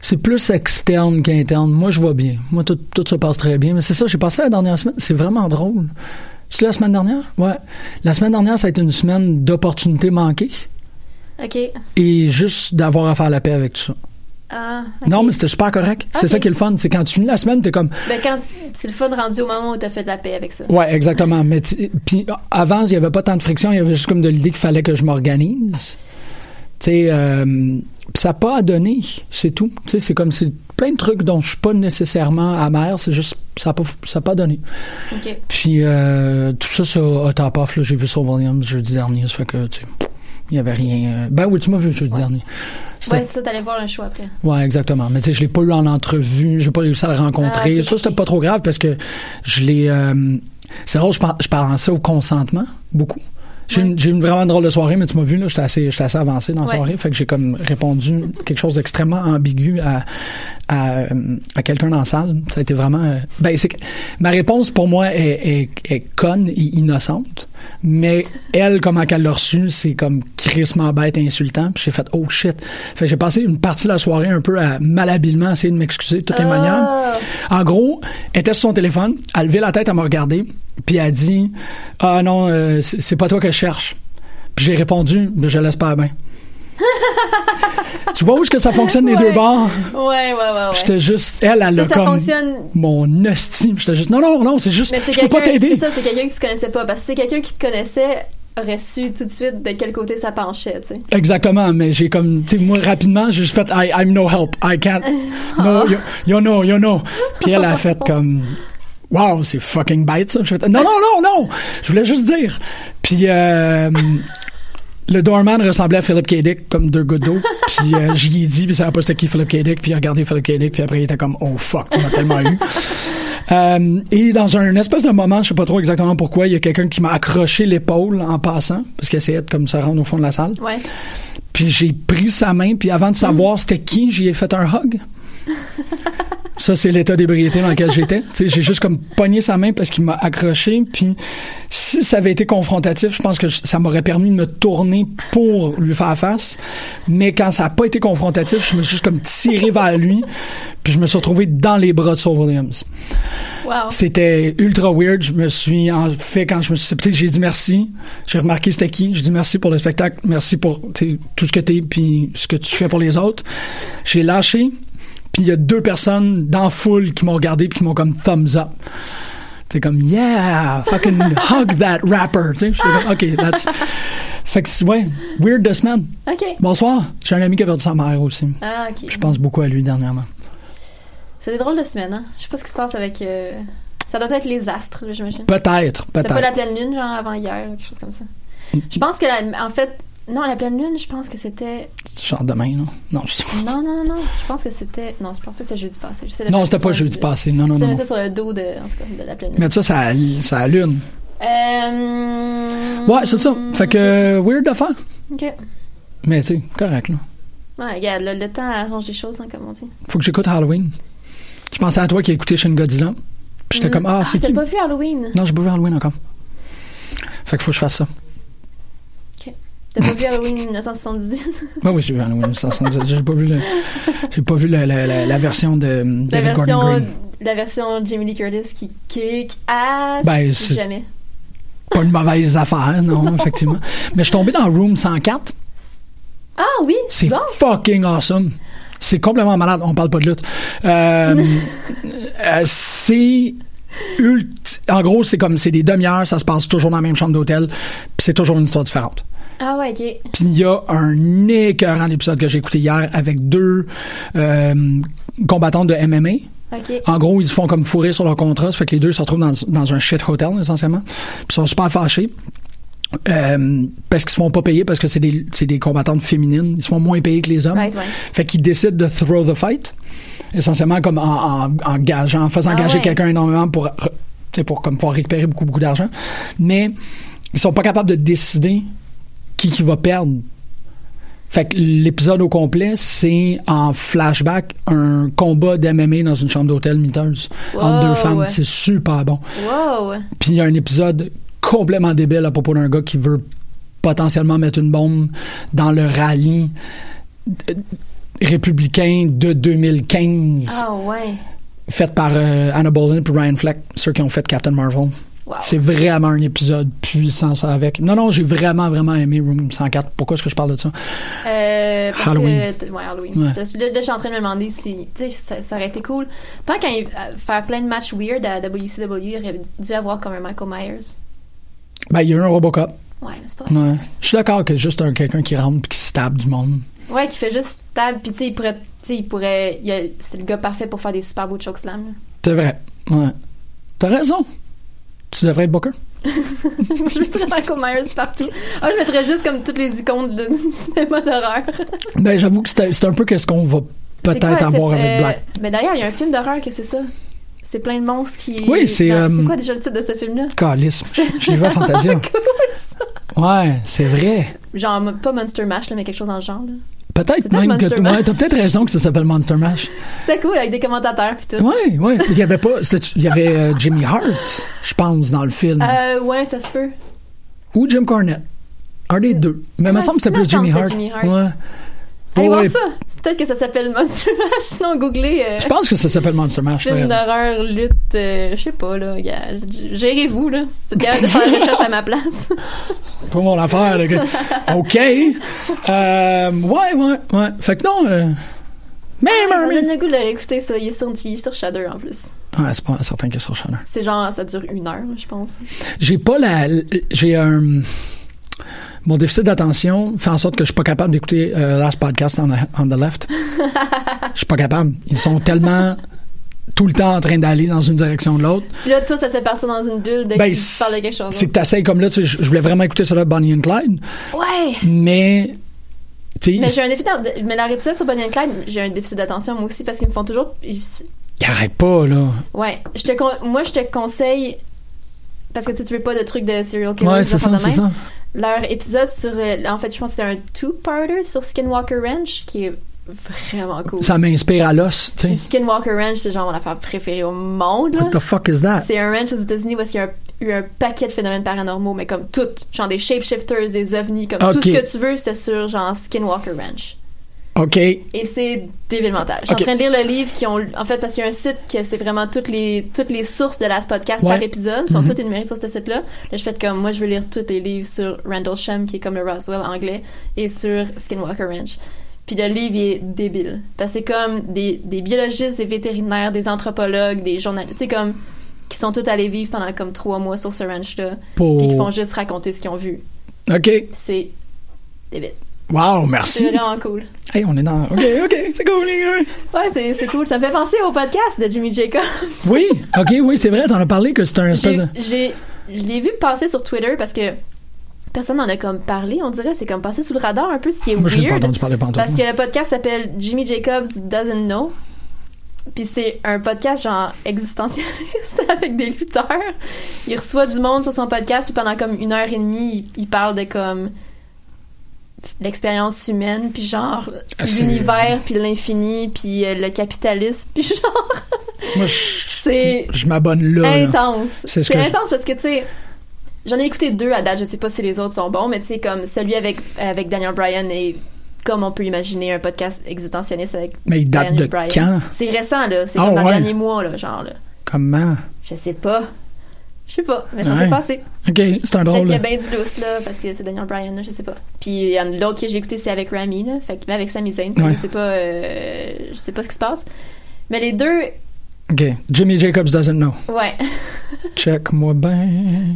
S5: c'est plus externe qu'interne. Moi, je vois bien. Moi, tout, tout se passe très bien. Mais c'est ça, j'ai passé la dernière semaine. C'est vraiment drôle. C'est la semaine dernière? Ouais. La semaine dernière, ça a été une semaine d'opportunités manquées
S6: OK.
S5: et juste d'avoir à faire la paix avec tout ça.
S6: Ah,
S5: Non, mais c'était super correct. C'est
S6: Ok.
S5: ça qui est le fun. C'est quand tu finis la semaine, t'es comme,
S6: ben quand c'est le fun rendu au moment où t'as fait de la paix avec ça.
S5: Ouais, exactement. Mais tu- puis euh, avant, il n'y avait pas tant de friction, il y avait juste comme de l'idée qu'il fallait que je m'organise. Tu sais, euh, puis ça n'a pas à donner, c'est tout. Tu sais, c'est comme c'est plein de trucs dont je suis pas nécessairement amer, c'est juste ça n'a pas, ça a pas donné.
S6: OK.
S5: Puis euh, tout ça, ça a top off. là. J'ai vu sur Williams jeudi dernier, ça fait que tu sais, il n'y avait rien. euh, Ben oui, tu m'as vu jeudi dernier. C'était-
S6: Ouais, c'est ça, t'allais voir le show après.
S5: Ouais, exactement. Mais tu sais, je l'ai pas eu en entrevue, j'ai pas réussi à le rencontrer.
S6: Ah, ok,
S5: ça, c'était pas trop grave parce que je l'ai. euh, c'est drôle, je, pen- je pensais au consentement beaucoup. J'ai eu une- j'ai eu une vraiment drôle de soirée, mais tu m'as vu, là, j'étais assez, j'étais assez avancé dans la
S6: Ouais.
S5: soirée. Fait que j'ai comme répondu quelque chose d'extrêmement ambigu à, à, euh, à quelqu'un dans la salle. Ça a été vraiment. euh, ben, c'est que ma réponse pour moi est, est, est conne et innocente, mais elle, comment qu'elle l'a reçue, c'est comme crissement bête et insultant. Puis j'ai fait oh shit. Fait que j'ai passé une partie de la soirée un peu à malhabilement essayer de m'excuser de toutes
S6: Ah.
S5: les manières. En gros, elle était sur son téléphone, elle a levé la tête, elle m'a regardé, puis elle a dit Ah non, euh, c'est c'est pas toi que je cherche. Puis j'ai répondu Ben, Je l'espère bien. tu vois où est-ce que ça fonctionne les
S6: Ouais.
S5: deux bords?
S6: Ouais, ouais, ouais,
S5: Puis
S6: ouais.
S5: J'étais juste, elle, elle a
S6: Ça, ça
S5: comme
S6: fonctionne.
S5: mon estime. J'étais juste, non, non, non, c'est juste,
S6: Mais c'est
S5: je peux pas
S6: quelqu'un.
S5: t'aider.
S6: C'est ça, c'est quelqu'un que tu connaissais pas. Parce que c'est quelqu'un qui te connaissait aurait su tout de suite de quel côté ça penchait, tu sais.
S5: Exactement, mais j'ai comme, tu sais, moi, rapidement, j'ai juste fait, I, I'm no help, I can't, no, you, you know, you know. Puis elle a fait comme, wow, c'est fucking bête, ça. J'ai fait, non, non, non, non, je voulais juste dire. Puis, euh, le doorman ressemblait à Philip K. Dick, comme deux gouttes d'eau. Puis, euh, j'y ai dit, puis ça a pas c'était qui Philip K. Dick, puis il a regardé Philip K. Dick, puis après, il était comme, oh fuck, tu m'as tellement eu. Euh, et dans un espèce de moment, je sais pas trop exactement pourquoi, il y a quelqu'un qui m'a accroché l'épaule en passant, parce qu'il essayait de comme se rendre au fond de la salle.
S6: Ouais.
S5: Puis j'ai pris sa main, puis avant de savoir c'était qui, j'y ai fait un hug. Ça, c'est l'état d'ébriété dans lequel j'étais. Tu sais, j'ai juste comme pogné sa main parce qu'il m'a accroché. Puis si ça avait été confrontatif, je pense que je- ça m'aurait permis de me tourner pour lui faire face. Mais quand ça n'a pas été confrontatif, je me suis juste comme tiré vers lui. Puis je me suis retrouvé dans les bras de Saul Williams.
S6: Wow.
S5: C'était ultra weird. Je me suis en fait quand je me suis précipité, j'ai dit merci. J'ai remarqué c'était qui. J'ai dit merci pour le spectacle, merci pour tu sais, tout ce que t'es puis ce que tu fais pour les autres. J'ai lâché. Puis il y a deux personnes dans la foule qui m'ont regardé puis qui m'ont comme thumbs up. C'est comme yeah, fucking hug that rapper. Tu sais, j'étais comme, ok, that's. Fait que c'est- ouais, weird de semaine.
S6: OK.
S5: Bonsoir. J'ai un ami qui a perdu sa mère aussi.
S6: Ah, OK.
S5: Je pense beaucoup à lui dernièrement.
S6: C'est des drôles de semaines, hein. Je sais pas ce qui se passe avec. euh, Ça doit être les astres, là, j'imagine.
S5: Peut-être,
S6: C'est pas la
S5: peut-être.
S6: pleine lune, genre avant hier, quelque chose comme ça. Je pense que la- en fait, non, la pleine lune, je pense que c'était.
S5: Genre demain, non? Non, je sais pas.
S6: Non, non, non, je pense que c'était. Non, je pense pas que c'était jeudi passé. J'essaie de
S5: Non,
S6: mettre ça
S5: c'était pas
S6: sur le-
S5: jeudi passé. Non, non,
S6: j'essaie de
S5: non.
S6: mettre ça sur le dos de, en tout cas, de la pleine lune.
S5: Mais ça, ça, ça lune.
S6: Euh...
S5: Ouais, c'est ça. Fait que, euh, weird de faire.
S6: Ok.
S5: Mais tu sais, correct, là.
S6: Ouais, regarde, le, le temps arrange les choses, hein, comme on dit.
S5: Faut que j'écoute Halloween. Je pensais à toi qui écoutais Shin Godzilla. Puis j'étais
S6: Mm.
S5: comme, ah, c'est
S6: t'as
S5: qui?
S6: pas vu Halloween?
S5: Non, j'ai pas vu Halloween encore. Fait que faut que je fasse ça.
S6: T'as pas vu Halloween 1978?
S5: Bah oui, j'ai vu Halloween 1978. J'ai pas vu, le, j'ai pas vu la, la- la- la version de David
S6: la
S5: Gordon
S6: version,
S5: Green.
S6: la version Jamie Lee Curtis qui kick ass.
S5: Ben, c'est-
S6: jamais.
S5: Pas une mauvaise affaire, non, effectivement. Mais je suis tombé dans Room 104.
S6: Ah oui,
S5: C'est
S6: c'est bon.
S5: fucking awesome. C'est complètement malade. On parle pas de lutte. Euh, euh, c'est ult- En gros, c'est comme c'est des demi-heures, ça se passe toujours dans la même chambre d'hôtel, puis c'est toujours une histoire différente.
S6: Ah ouais, ok.
S5: Puis il y a un écœurant épisode que j'ai écouté hier avec deux euh, combattants de MMA.
S6: Ok.
S5: En gros, ils se font comme fourrer sur leur contrat. Ça fait que les deux se retrouvent dans, dans un shit hotel, essentiellement. Puis ils sont super fâchés. euh, parce qu'ils se font pas payer parce que c'est des, c'est des combattantes féminines. Ils se font moins payer que les hommes.
S6: Right, ouais.
S5: Fait qu'ils décident de throw the fight. Essentiellement comme en, en, en gageant, en faisant
S6: Ah
S5: engager
S6: ouais.
S5: quelqu'un énormément pour, re- tu sais, pour comme pouvoir récupérer beaucoup, beaucoup d'argent. Mais ils sont pas capables de décider qui, qui va perdre. Fait que l'épisode au complet, c'est en flashback un combat d'MMA dans une chambre d'hôtel miteuse entre
S6: Wow.
S5: deux femmes. C'est super bon.
S6: Wow.
S5: Puis il y a un épisode complètement débile à propos d'un gars qui veut potentiellement mettre une bombe dans le rallye euh, républicain de 2015
S6: Ah ouais.
S5: fait par euh, Anna Bolin et Ryan Fleck, ceux qui ont fait Captain Marvel. C'est vraiment un épisode puissant ça avec. Non, non, j'ai vraiment, vraiment aimé Room 104. Pourquoi est-ce que je parle de ça?
S6: Euh, parce
S5: Halloween.
S6: Que, t- ouais, Halloween.
S5: Ouais.
S6: Parce que là, là, je suis en train de me demander si. Tu sais, ça, ça aurait été cool. Tant qu'à y- à faire plein de matchs weird à WCW, il aurait dû avoir comme un Michael Myers.
S5: Ben, il y a eu un Robocop.
S6: Ouais, mais c'est pas vrai.
S5: Ouais. Je suis d'accord que juste un quelqu'un qui rentre et qui se tape du monde.
S6: Ouais, qui fait juste table, puis tu sais, il pourrait. Tu sais, il pourrait. il a- C'est le gars parfait pour faire des super beaux chokeslam. là.
S5: C'est vrai. Ouais. T'as raison. Tu devrais être Booker.
S6: je mettrais Michael Myers partout. Ah, je mettrais juste comme toutes les icônes de- du cinéma d'horreur.
S5: Ben, j'avoue que c'est c'est un peu qu'est-ce qu'on va
S6: C'est quoi,
S5: peut-être
S6: c'est-
S5: avoir avec
S6: euh,
S5: Black.
S6: Mais d'ailleurs, il y a un film d'horreur que c'est ça. C'est plein de monstres qui.
S5: Oui, c'est,
S6: dans-
S5: euh,
S6: C'est quoi déjà le titre de ce film-là?
S5: Calice. J'ai vu à Fantasia.
S6: cool, ça.
S5: Ouais, c'est vrai.
S6: Genre, m- pas Monster Mash, là, mais quelque chose dans le genre. là.
S5: Peut-être
S6: peut-être
S5: même que.
S6: Monster Mash.
S5: Ouais, t'as peut-être raison que ça s'appelle Monster Mash.
S6: C'était cool avec des commentateurs puis tout.
S5: Ouais, ouais. Il y avait pas. c'était- Il y avait euh, Jimmy Hart, je pense, dans le film.
S6: Euh, ouais, ça se peut.
S5: Ou Jim Cornette. Un des deux. Mais il me
S6: Ouais,
S5: semble que c'était
S6: me
S5: plus
S6: semble
S5: Jimmy
S6: que
S5: Hart.
S6: c'était Jimmy Hart.
S5: Ouais.
S6: Allez
S5: Ouais,
S6: voir
S5: ouais.
S6: ça. Peut-être que ça s'appelle Monster Mash. Sinon, googlez. euh,
S5: Je pense que ça s'appelle Monster Mash. t'as
S6: Film
S5: raison.
S6: d'horreur, lutte, euh, je sais pas, là. gars, g- Gérez-vous, là. C'est bien de faire la recherche à ma place.
S5: Pas mon affaire. le gars. OK. Euh, ouais, ouais, ouais. Fait que non. euh, Mais,
S6: Ah, Ça
S5: mais,
S6: donne le goût de l'écouter, ça. Il est sur, il est sur Shudder, en plus.
S5: mais. Ouais, Ah, c'est pas certain que sur Shannon.
S6: C'est genre, ça dure une heure, je pense.
S5: J'ai pas la. l- J'ai un. Mon déficit d'attention fait en sorte que je suis pas capable d'écouter euh, Last Podcast on the, on the Left. Je suis pas capable. Ils sont tellement tout le temps en train d'aller dans une direction ou de l'autre.
S6: Puis là, toi, ça te fait partir dans une bulle dès
S5: Ben,
S6: que tu
S5: c'est-
S6: parles de quelque chose. hein?
S5: C'est que t'essayes comme là, tu sais, je je voulais vraiment écouter ça là, Bonnie and Clyde,
S6: Ouais!
S5: mais. tu
S6: Mais j'ai
S5: sais,
S6: un déficit. d'at- Mais leur épisode sur Bonnie and Clyde, j'ai un déficit d'attention, moi aussi, parce qu'ils me font toujours. ils-
S5: ils arrêtent pas, là.
S6: Ouais, je te con- moi je te conseille parce que tu sais, tu veux pas de trucs de serial killer
S5: Ouais,
S6: des
S5: c'est
S6: affaires
S5: ça,
S6: de
S5: c'est
S6: même.
S5: ça.
S6: Leur épisode sur euh, en fait, je pense que c'est un two-parter sur Skinwalker Ranch qui est vraiment cool.
S5: Ça m'inspire à l'os, tu
S6: Puis
S5: sais.
S6: Skinwalker Ranch, c'est genre mon affaire préférée au monde. là.
S5: What the fuck is that?
S6: C'est un ranch aux États-Unis où il y a un- eu un paquet de phénomènes paranormaux, mais comme tout, genre des shapeshifters, des ovnis, comme tout
S5: Ok.
S6: ce que tu veux, c'est sur genre Skinwalker Ranch.
S5: OK.
S6: Et c'est débile mental. Je suis
S5: Ok.
S6: en train de lire le livre qui ont, en fait, parce qu'il y a un site que c'est vraiment toutes les, toutes les sources de Last Podcast
S5: Ouais.
S6: par épisode sont
S5: Mhm.
S6: toutes énumérées sur ce site-là. Là, je fais comme, moi, je veux lire tous les livres sur Randall Shum, qui est comme le Roswell anglais, et sur Skinwalker Ranch. Puis le livre, il est débile. Parce que c'est comme des, des biologistes, des vétérinaires, des anthropologues, des journalistes, tu sais, comme, qui sont tous allés vivre pendant comme trois mois sur ce ranch-là.
S5: Pour-
S6: Puis qui font juste raconter ce qu'ils ont vu.
S5: OK.
S6: C'est débile.
S5: Wow,
S6: C'est
S5: merci.
S6: vraiment cool.
S5: Hey, on est dans. OK, OK, c'est cool, les gars.
S6: Ouais, c'est, c'est cool. Ça me fait penser au podcast de Jimmy Jacobs.
S5: Oui, OK, oui, c'est vrai, t'en as parlé que c'est un
S6: J'ai,
S5: espèce de.
S6: j'ai- je l'ai vu passer sur Twitter parce que personne n'en a comme parlé. On dirait c'est comme passé sous le radar un peu, ce qui est
S5: Moi, je l'ai pas
S6: weird.
S5: entendu parler pantoute.
S6: parce que le podcast s'appelle Jimmy Jacobs Doesn't Know. Puis c'est un podcast genre existentialiste avec des lutteurs. Il reçoit du monde sur son podcast, puis pendant comme une heure et demie, il, il parle de comme l'expérience humaine, puis genre
S5: Ah, c'est-
S6: l'univers, puis l'infini, puis euh, le capitalisme, puis genre
S5: Moi, je,
S6: c'est
S5: je m'abonne là. là.
S6: intense.
S5: C'est
S6: C'est
S5: ce que je-
S6: intense parce que, tu sais, j'en ai écouté deux à date, je sais pas si les autres sont bons, mais tu sais, comme celui avec, avec Daniel Bryan et comme on peut imaginer un podcast existentialiste avec
S5: Mais il date
S6: Daniel
S5: de
S6: Bryan.
S5: quand?
S6: C'est récent, là. C'est
S5: Ah,
S6: comme dans
S5: ouais.
S6: le dernier mois, là, genre, là.
S5: Comment?
S6: Je sais pas. Je sais pas, mais ça s'est
S5: Ouais. Oh
S6: passé.
S5: OK, c'est un
S6: Peut-être
S5: drôle.
S6: qu'il y a
S5: de-
S6: bien du lousse, là, parce que c'est Daniel Bryan, là, je sais pas. Puis il y en a l'autre que j'ai écouté, c'est avec Rami, là, fait que, mais avec Sami Zayn, fait que
S5: Ouais.
S6: je sais pas, euh, je sais pas ce qui se passe. Mais les deux,
S5: OK. Jimmy Jacobs doesn't know.
S6: ouais.
S5: Check-moi bien.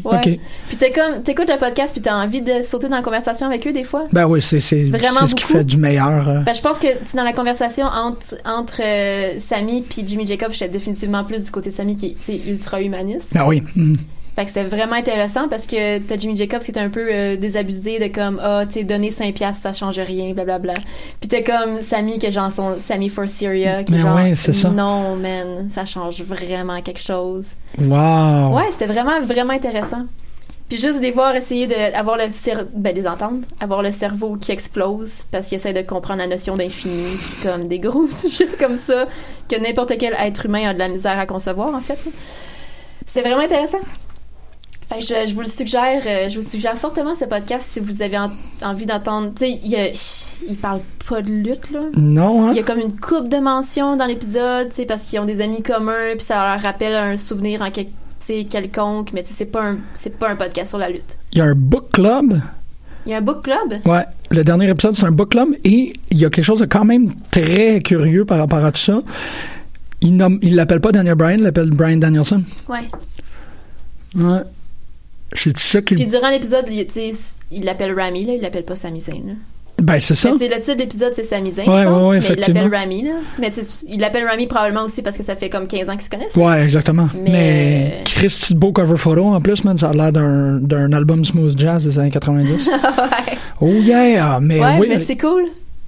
S6: Ouais.
S5: OK.
S6: Puis t'es comme, t'écoutes le podcast puis t'as envie de sauter dans la conversation avec eux des fois.
S5: Ben oui, c'est c'est-
S6: Vraiment
S5: c'est ce qui
S6: beaucoup.
S5: fait du meilleur. euh.
S6: Ben, je pense que tu sais, dans la conversation entre, entre euh, Sammy puis Jimmy Jacob, j'étais définitivement plus du côté de Sammy qui est tu sais, ultra humaniste.
S5: Ben oui. mhm.
S6: Fait que c'était vraiment intéressant parce que t'as Jimmy Jacobs qui était un peu euh, désabusé de comme ah tu sais donner 5 piastres ça change rien blablabla. Puis t'as comme Sammy que genre son Sammy for Syria qui
S5: Mais
S6: genre
S5: Ben ouais, c'est ça.
S6: non man ça change vraiment quelque chose.
S5: Wow.
S6: Ouais, c'était vraiment, vraiment intéressant. Puis juste de les voir essayer d'avoir le cerveau, ben les entendre, avoir le cerveau qui explose parce qu'ils essaient de comprendre la notion d'infini, puis comme des gros sujets comme ça, que n'importe quel être humain a de la misère à concevoir, en fait. C'est vraiment intéressant. Fait que je, je vous le suggère, euh, je vous suggère fortement ce podcast si vous avez en- envie d'entendre. Tu sais, il, y a- il parle pas de lutte là.
S5: Non, hein?
S6: Il y a comme une coupe de mentions dans l'épisode, tu sais, parce qu'ils ont des amis communs, puis ça leur rappelle un souvenir en quelque- tu sais, quelconque, mais tu sais, c'est pas un c'est pas un podcast sur la lutte.
S5: Il y a un book club.
S6: Il y a un book club.
S5: Ouais, le dernier épisode, c'est un book club et il y a quelque chose de quand même très curieux par rapport à tout ça. Il nomme, il l'appelle pas Daniel Bryan, il l'appelle Brian Danielson.
S6: Ouais.
S5: Ouais. C'est ça
S6: Puis
S5: qu'il.
S6: durant l'épisode, il, tu sais, il l'appelle Rami là, il l'appelle pas Sami Zayn. là.
S5: Ben, c'est ça.
S6: Mais tu sais, le titre de l'épisode, c'est Sami Zayn,
S5: Ouais,
S6: je pense,
S5: ouais, ouais,
S6: mais il
S5: effectivement.
S6: l'appelle Rami là. Mais tu sais, il l'appelle Rami probablement aussi parce que ça fait comme 15 ans qu'ils se connaissent.
S5: Ouais, exactement.
S6: Mais-
S5: Mais, Christy de beau cover photo en plus, man, ça a l'air d'un, d'un album smooth jazz des années 90.
S6: ouais.
S5: oh yeah! Mais
S6: ouais,
S5: oui.
S6: mais c'est cool.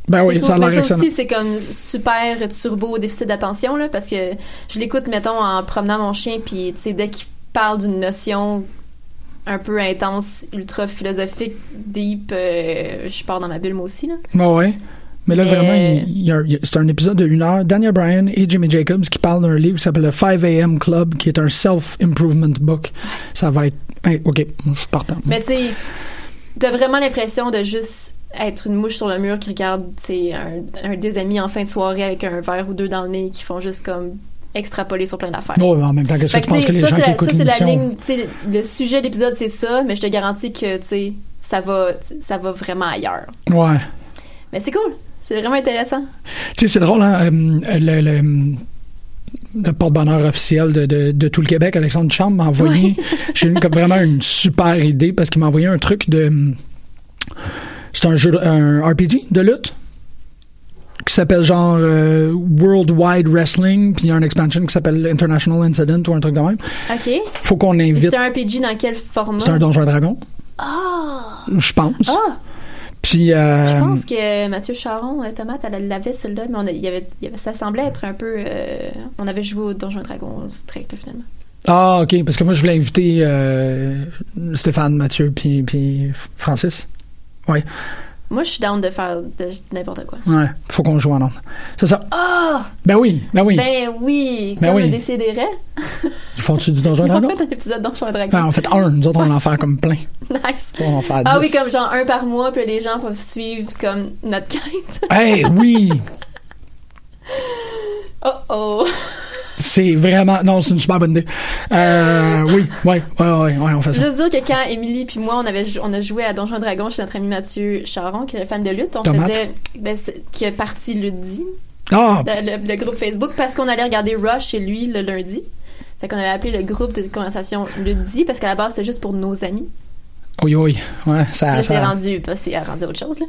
S5: ben oui,
S6: C'est
S5: ça a
S6: cool.
S5: l'air
S6: Mais ça
S5: excellent.
S6: aussi, c'est comme super turbo déficit d'attention, là, parce que je l'écoute, mettons, en promenant mon chien, puis, tu sais, dès qu'il parle d'une notion un peu intense, ultra philosophique, deep, euh, je pars dans ma bulle, moi aussi, là.
S5: Ouais, ouais. Mais là,
S6: Mais-
S5: vraiment, il- il y a un- il y a- c'est un épisode de une heure. Daniel Bryan et Jimmy Jacobs qui parlent d'un livre qui s'appelle le 5 a.m. Club, qui est un self-improvement book. Ça va être. hey, OK, moi, je suis partant.
S6: Mais, tu sais, t'as vraiment l'impression de juste être une mouche sur le mur qui regarde, tu sais, un, un des amis en fin de soirée avec un verre ou deux dans le nez qui font juste comme extrapoler sur plein d'affaires.
S5: Non, mais en même temps que ça,
S6: Fait
S5: je pense
S6: tu
S5: que
S6: sais,
S5: les
S6: ça,
S5: gens
S6: c'est
S5: qui
S6: la-
S5: écoutent
S6: ça, c'est la
S5: l'émission.
S6: ligne, tu sais, le sujet de l'épisode, c'est ça, mais je te garantis que, tu sais, ça va, ça va vraiment ailleurs.
S5: Ouais.
S6: Mais c'est cool. C'est vraiment intéressant.
S5: Tu sais, c'est drôle, hein? euh, le, le- le porte-bonheur officiel de, de- de tout le Québec, Alexandre Chambre, m'a envoyé. J'ai eu comme vraiment une super idée parce qu'il m'a envoyé un truc de. C'est un jeu, de- un RPG de lutte qui s'appelle genre euh, World Wide Wrestling, puis il y a une expansion qui s'appelle International Incident ou un truc de même.
S6: OK.
S5: Faut qu'on invite.
S6: C'est un RPG dans quel format?
S5: C'est un donjon et dragon,
S6: Ah!
S5: je pense.
S6: Ah!
S5: Puis. euh,
S6: Je pense que Mathieu Charon, euh, Tomate, elle l'avait celle-là, mais on a- il y avait, il y avait- ça semblait être un peu. euh, on avait joué au Donjon et Dragon Strike, là, finalement.
S5: Ah, ok, parce que moi, je voulais inviter euh, Stéphane, Mathieu, puis, puis F- Francis. Ouais,
S6: Moi, je suis down de faire de n'importe quoi.
S5: ouais, faut qu'on joue en ondes. C'est ça.
S6: Ah!
S5: Ben oui, ben oui.
S6: Ben oui!
S5: Ben
S6: comme
S5: oui.
S6: le décideret.
S5: Ils font-tu du Donjon et
S6: Ils ont
S5: Dragon?
S6: fait un épisode Donjon et Dragon.
S5: Ben, en fait, un. Nous autres, on va en faire comme plein.
S6: Nice.
S5: On va en faire
S6: Ah
S5: dix.
S6: oui, comme genre un par mois, puis les gens peuvent suivre comme notre quête.
S5: Hey, oui!
S6: Oh oh!
S5: C'est vraiment. Non, c'est une super bonne idée. Euh, oui, ouais, ouais, ouais, ouais, on fait
S6: Je
S5: ça.
S6: veux dire que quand Émilie puis moi, on avait jou- on a joué à Donjon Dragon chez notre ami Mathieu Charon, qui est fan de lutte, on
S5: Tomate.
S6: faisait ben, ce- qui a parti lundi,
S5: Ah!
S6: le, le- le groupe Facebook, parce qu'on allait regarder Rush chez lui le lundi. Fait qu'on avait appelé le groupe de conversation lundi, parce qu'à la base, c'était juste pour nos amis.
S5: Oui, oui. Ouais, Ah, ça.
S6: Là, c'est
S5: ça...
S6: rendu, bah, c'est rendu autre chose. Là.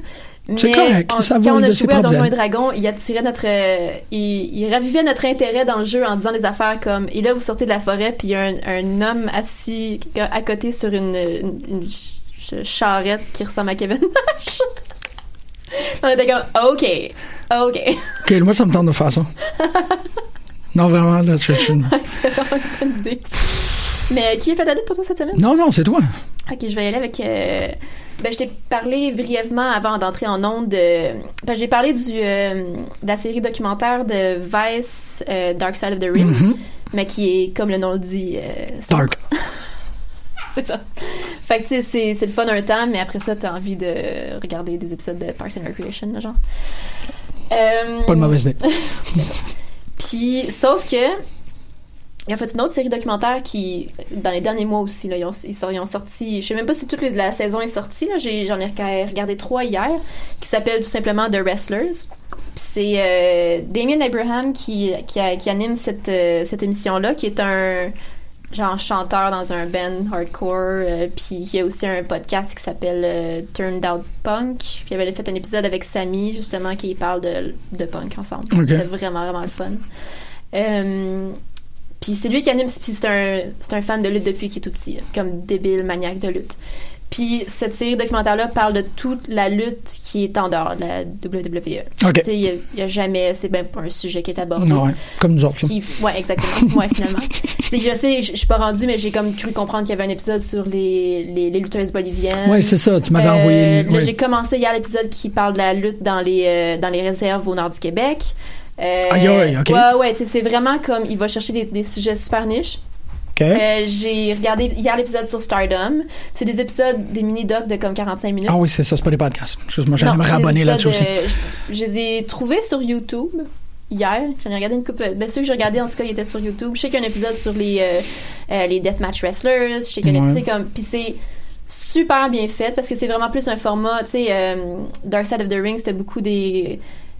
S5: C'est
S6: Mais
S5: correct,
S6: on-
S5: ça va
S6: quand on a
S5: de ses
S6: joué à
S5: propres
S6: Donjons et
S5: ailes.
S6: Dragons, il attirait notre, euh, il, il ravivait notre intérêt dans le jeu en disant des affaires comme, et là vous sortez de la forêt puis il y a un, un homme assis à côté sur une, une- une ch- ch- charrette qui ressemble à Kevin Nash. on était comme, ok, ok,
S5: Ok, moi, ça me tente de faire ça. non, vraiment, là, je, je-
S6: c'est vraiment une bonne idée. Mais qui a fait la lutte pour toi cette semaine?
S5: Non, non, c'est toi.
S6: Ok, je vais y aller avec. euh, ben, je t'ai parlé brièvement avant d'entrer en ondes. De, ben, j'ai parlé du, euh, de la série documentaire de Vice euh, Dark Side of the Ring,
S5: Mhm.
S6: mais qui est, comme le nom le dit, euh, sombre.
S5: Dark.
S6: c'est ça. Fait que, tu sais, c'est, c'est le fun un temps, mais après ça, t'as envie de regarder des épisodes de Parks and Recreation, là, genre. Euh,
S5: Pas de mauvaise idée.
S6: puis, sauf que, il a fait une autre série documentaire qui, dans les derniers mois aussi, là, ils, ont, ils, sont- ils ont sorti, je sais même pas si toute les- la saison est sortie, là, j'ai- j'en ai, reca- regardé trois hier, qui s'appelle tout simplement The Wrestlers. Puis C'est euh, Damien Abraham qui, qui, a- qui anime cette, euh, cette émission-là, qui est un genre chanteur dans un band hardcore, euh, puis il y a aussi un podcast qui s'appelle euh, Turned Out Punk. Puis il avait fait un épisode avec Samy, justement, qui parle de, de punk ensemble.
S5: Ok.
S6: C'était vraiment, vraiment le fun. Euh, puis c'est lui qui anime, puis c'est un, c'est un fan de lutte depuis qu'il est tout petit, là, comme débile, maniaque de lutte. Puis cette série documentaire-là parle de toute la lutte qui est en dehors de la WWE.
S5: Ok.
S6: Tu sais, Il n'y a, jamais, c'est même pas un sujet qui est abordé.
S5: Non, ouais. Comme nous
S6: Ce
S5: autres. là.
S6: qui- ouais, exactement. Ouais, finalement. C'est que je sais, je je suis pas rendue, mais j'ai comme cru comprendre qu'il y avait un épisode sur les, les, les lutteuses boliviennes.
S5: Ouais, c'est ça, tu m'avais
S6: Euh,
S5: envoyé-
S6: Là,
S5: ouais.
S6: j'ai commencé hier l'épisode qui parle de la lutte dans les, euh, dans les réserves au nord du Québec. Euh,
S5: Aïe, aïe, ok.
S6: Ouais, ouais, tu sais, c'est vraiment comme il va chercher des, des sujets super niches.
S5: Ok.
S6: Euh, j'ai regardé hier l'épisode sur Stardom. C'est des épisodes, des mini-docs de comme 45 minutes.
S5: Ah oui, c'est ça, c'est pas des podcasts. Excuse-moi, j'allais
S6: Non,
S5: me
S6: c'est des
S5: rabonner là-dessus aussi.
S6: épisodes, euh, je, je les ai trouvés sur YouTube hier. J'en ai regardé une coupe. Ben, ceux que j'ai regardés, en tout cas, ils étaient sur YouTube. Je sais qu'il y a un épisode sur les, euh, euh, les Deathmatch Wrestlers. Je sais qu'il y a-
S7: Ouais.
S6: tu sais, comme. Puis c'est super bien fait parce que c'est vraiment plus un format. Tu sais, euh, Dark Side of the Ring, c'était beaucoup des.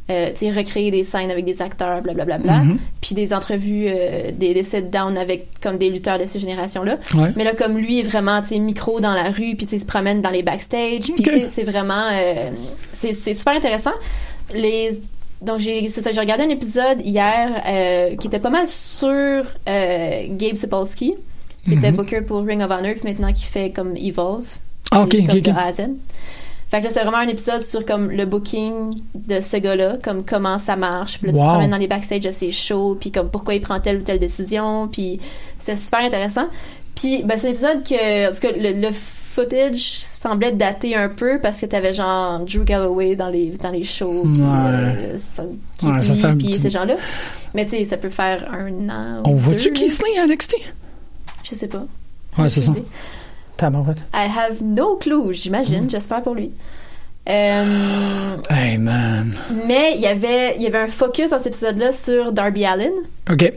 S6: euh, tu sais, recréer des scènes avec des acteurs, blablabla.
S5: Mm-hmm.
S7: Mhm.
S6: Puis des entrevues, euh, des, des sit-downs avec comme des lutteurs de ces générations-là.
S7: Ouais.
S6: Mais là, comme lui est vraiment, tu sais, micro dans la rue, puis tu sais, il se promène dans les backstage, puis
S7: Ok.
S6: tu sais, c'est vraiment, euh, c'est c'est super intéressant. Les, donc j'ai, c'est ça, j'ai regardé un épisode hier euh, qui était pas mal sur euh, Gabe Sapolsky, qui était
S7: Mhm.
S6: booker pour Ring of Honor, puis maintenant qui fait comme Evolve,
S7: Ah, ok,
S6: Qui est
S7: ok,
S6: comme
S7: ok.
S6: de A à Z. Fait que là, c'est vraiment un épisode sur comme le booking de ce gars-là, comme comment ça marche, puis là, tu te
S7: Wow.
S6: promènes dans les backstage de ses shows, puis comme pourquoi il prend telle ou telle décision, puis c'était super intéressant. Puis ben, c'est un épisode que, en tout cas, le, le footage semblait dater un peu parce que t'avais genre Drew Galloway dans les, dans les shows, puis
S5: Ouais.
S6: euh, ça- Keith
S5: Ouais, ça
S6: Lee,
S5: fait un
S6: puis
S5: petit-
S6: ces gens-là. Mais tu sais, ça peut faire un an.
S5: On
S6: ou
S5: voit-tu
S6: deux.
S5: Keith Lee à NXT?
S6: Je sais pas.
S5: Ouais, c'est ça.
S6: idée.
S5: Tabarouette.
S6: I have no clue,
S5: Mm.
S6: j'imagine, j'espère pour lui. Euh,
S5: Hey, man.
S6: mais il y avait, il y avait un focus dans cet épisode-là sur Darby Allen,
S5: OK.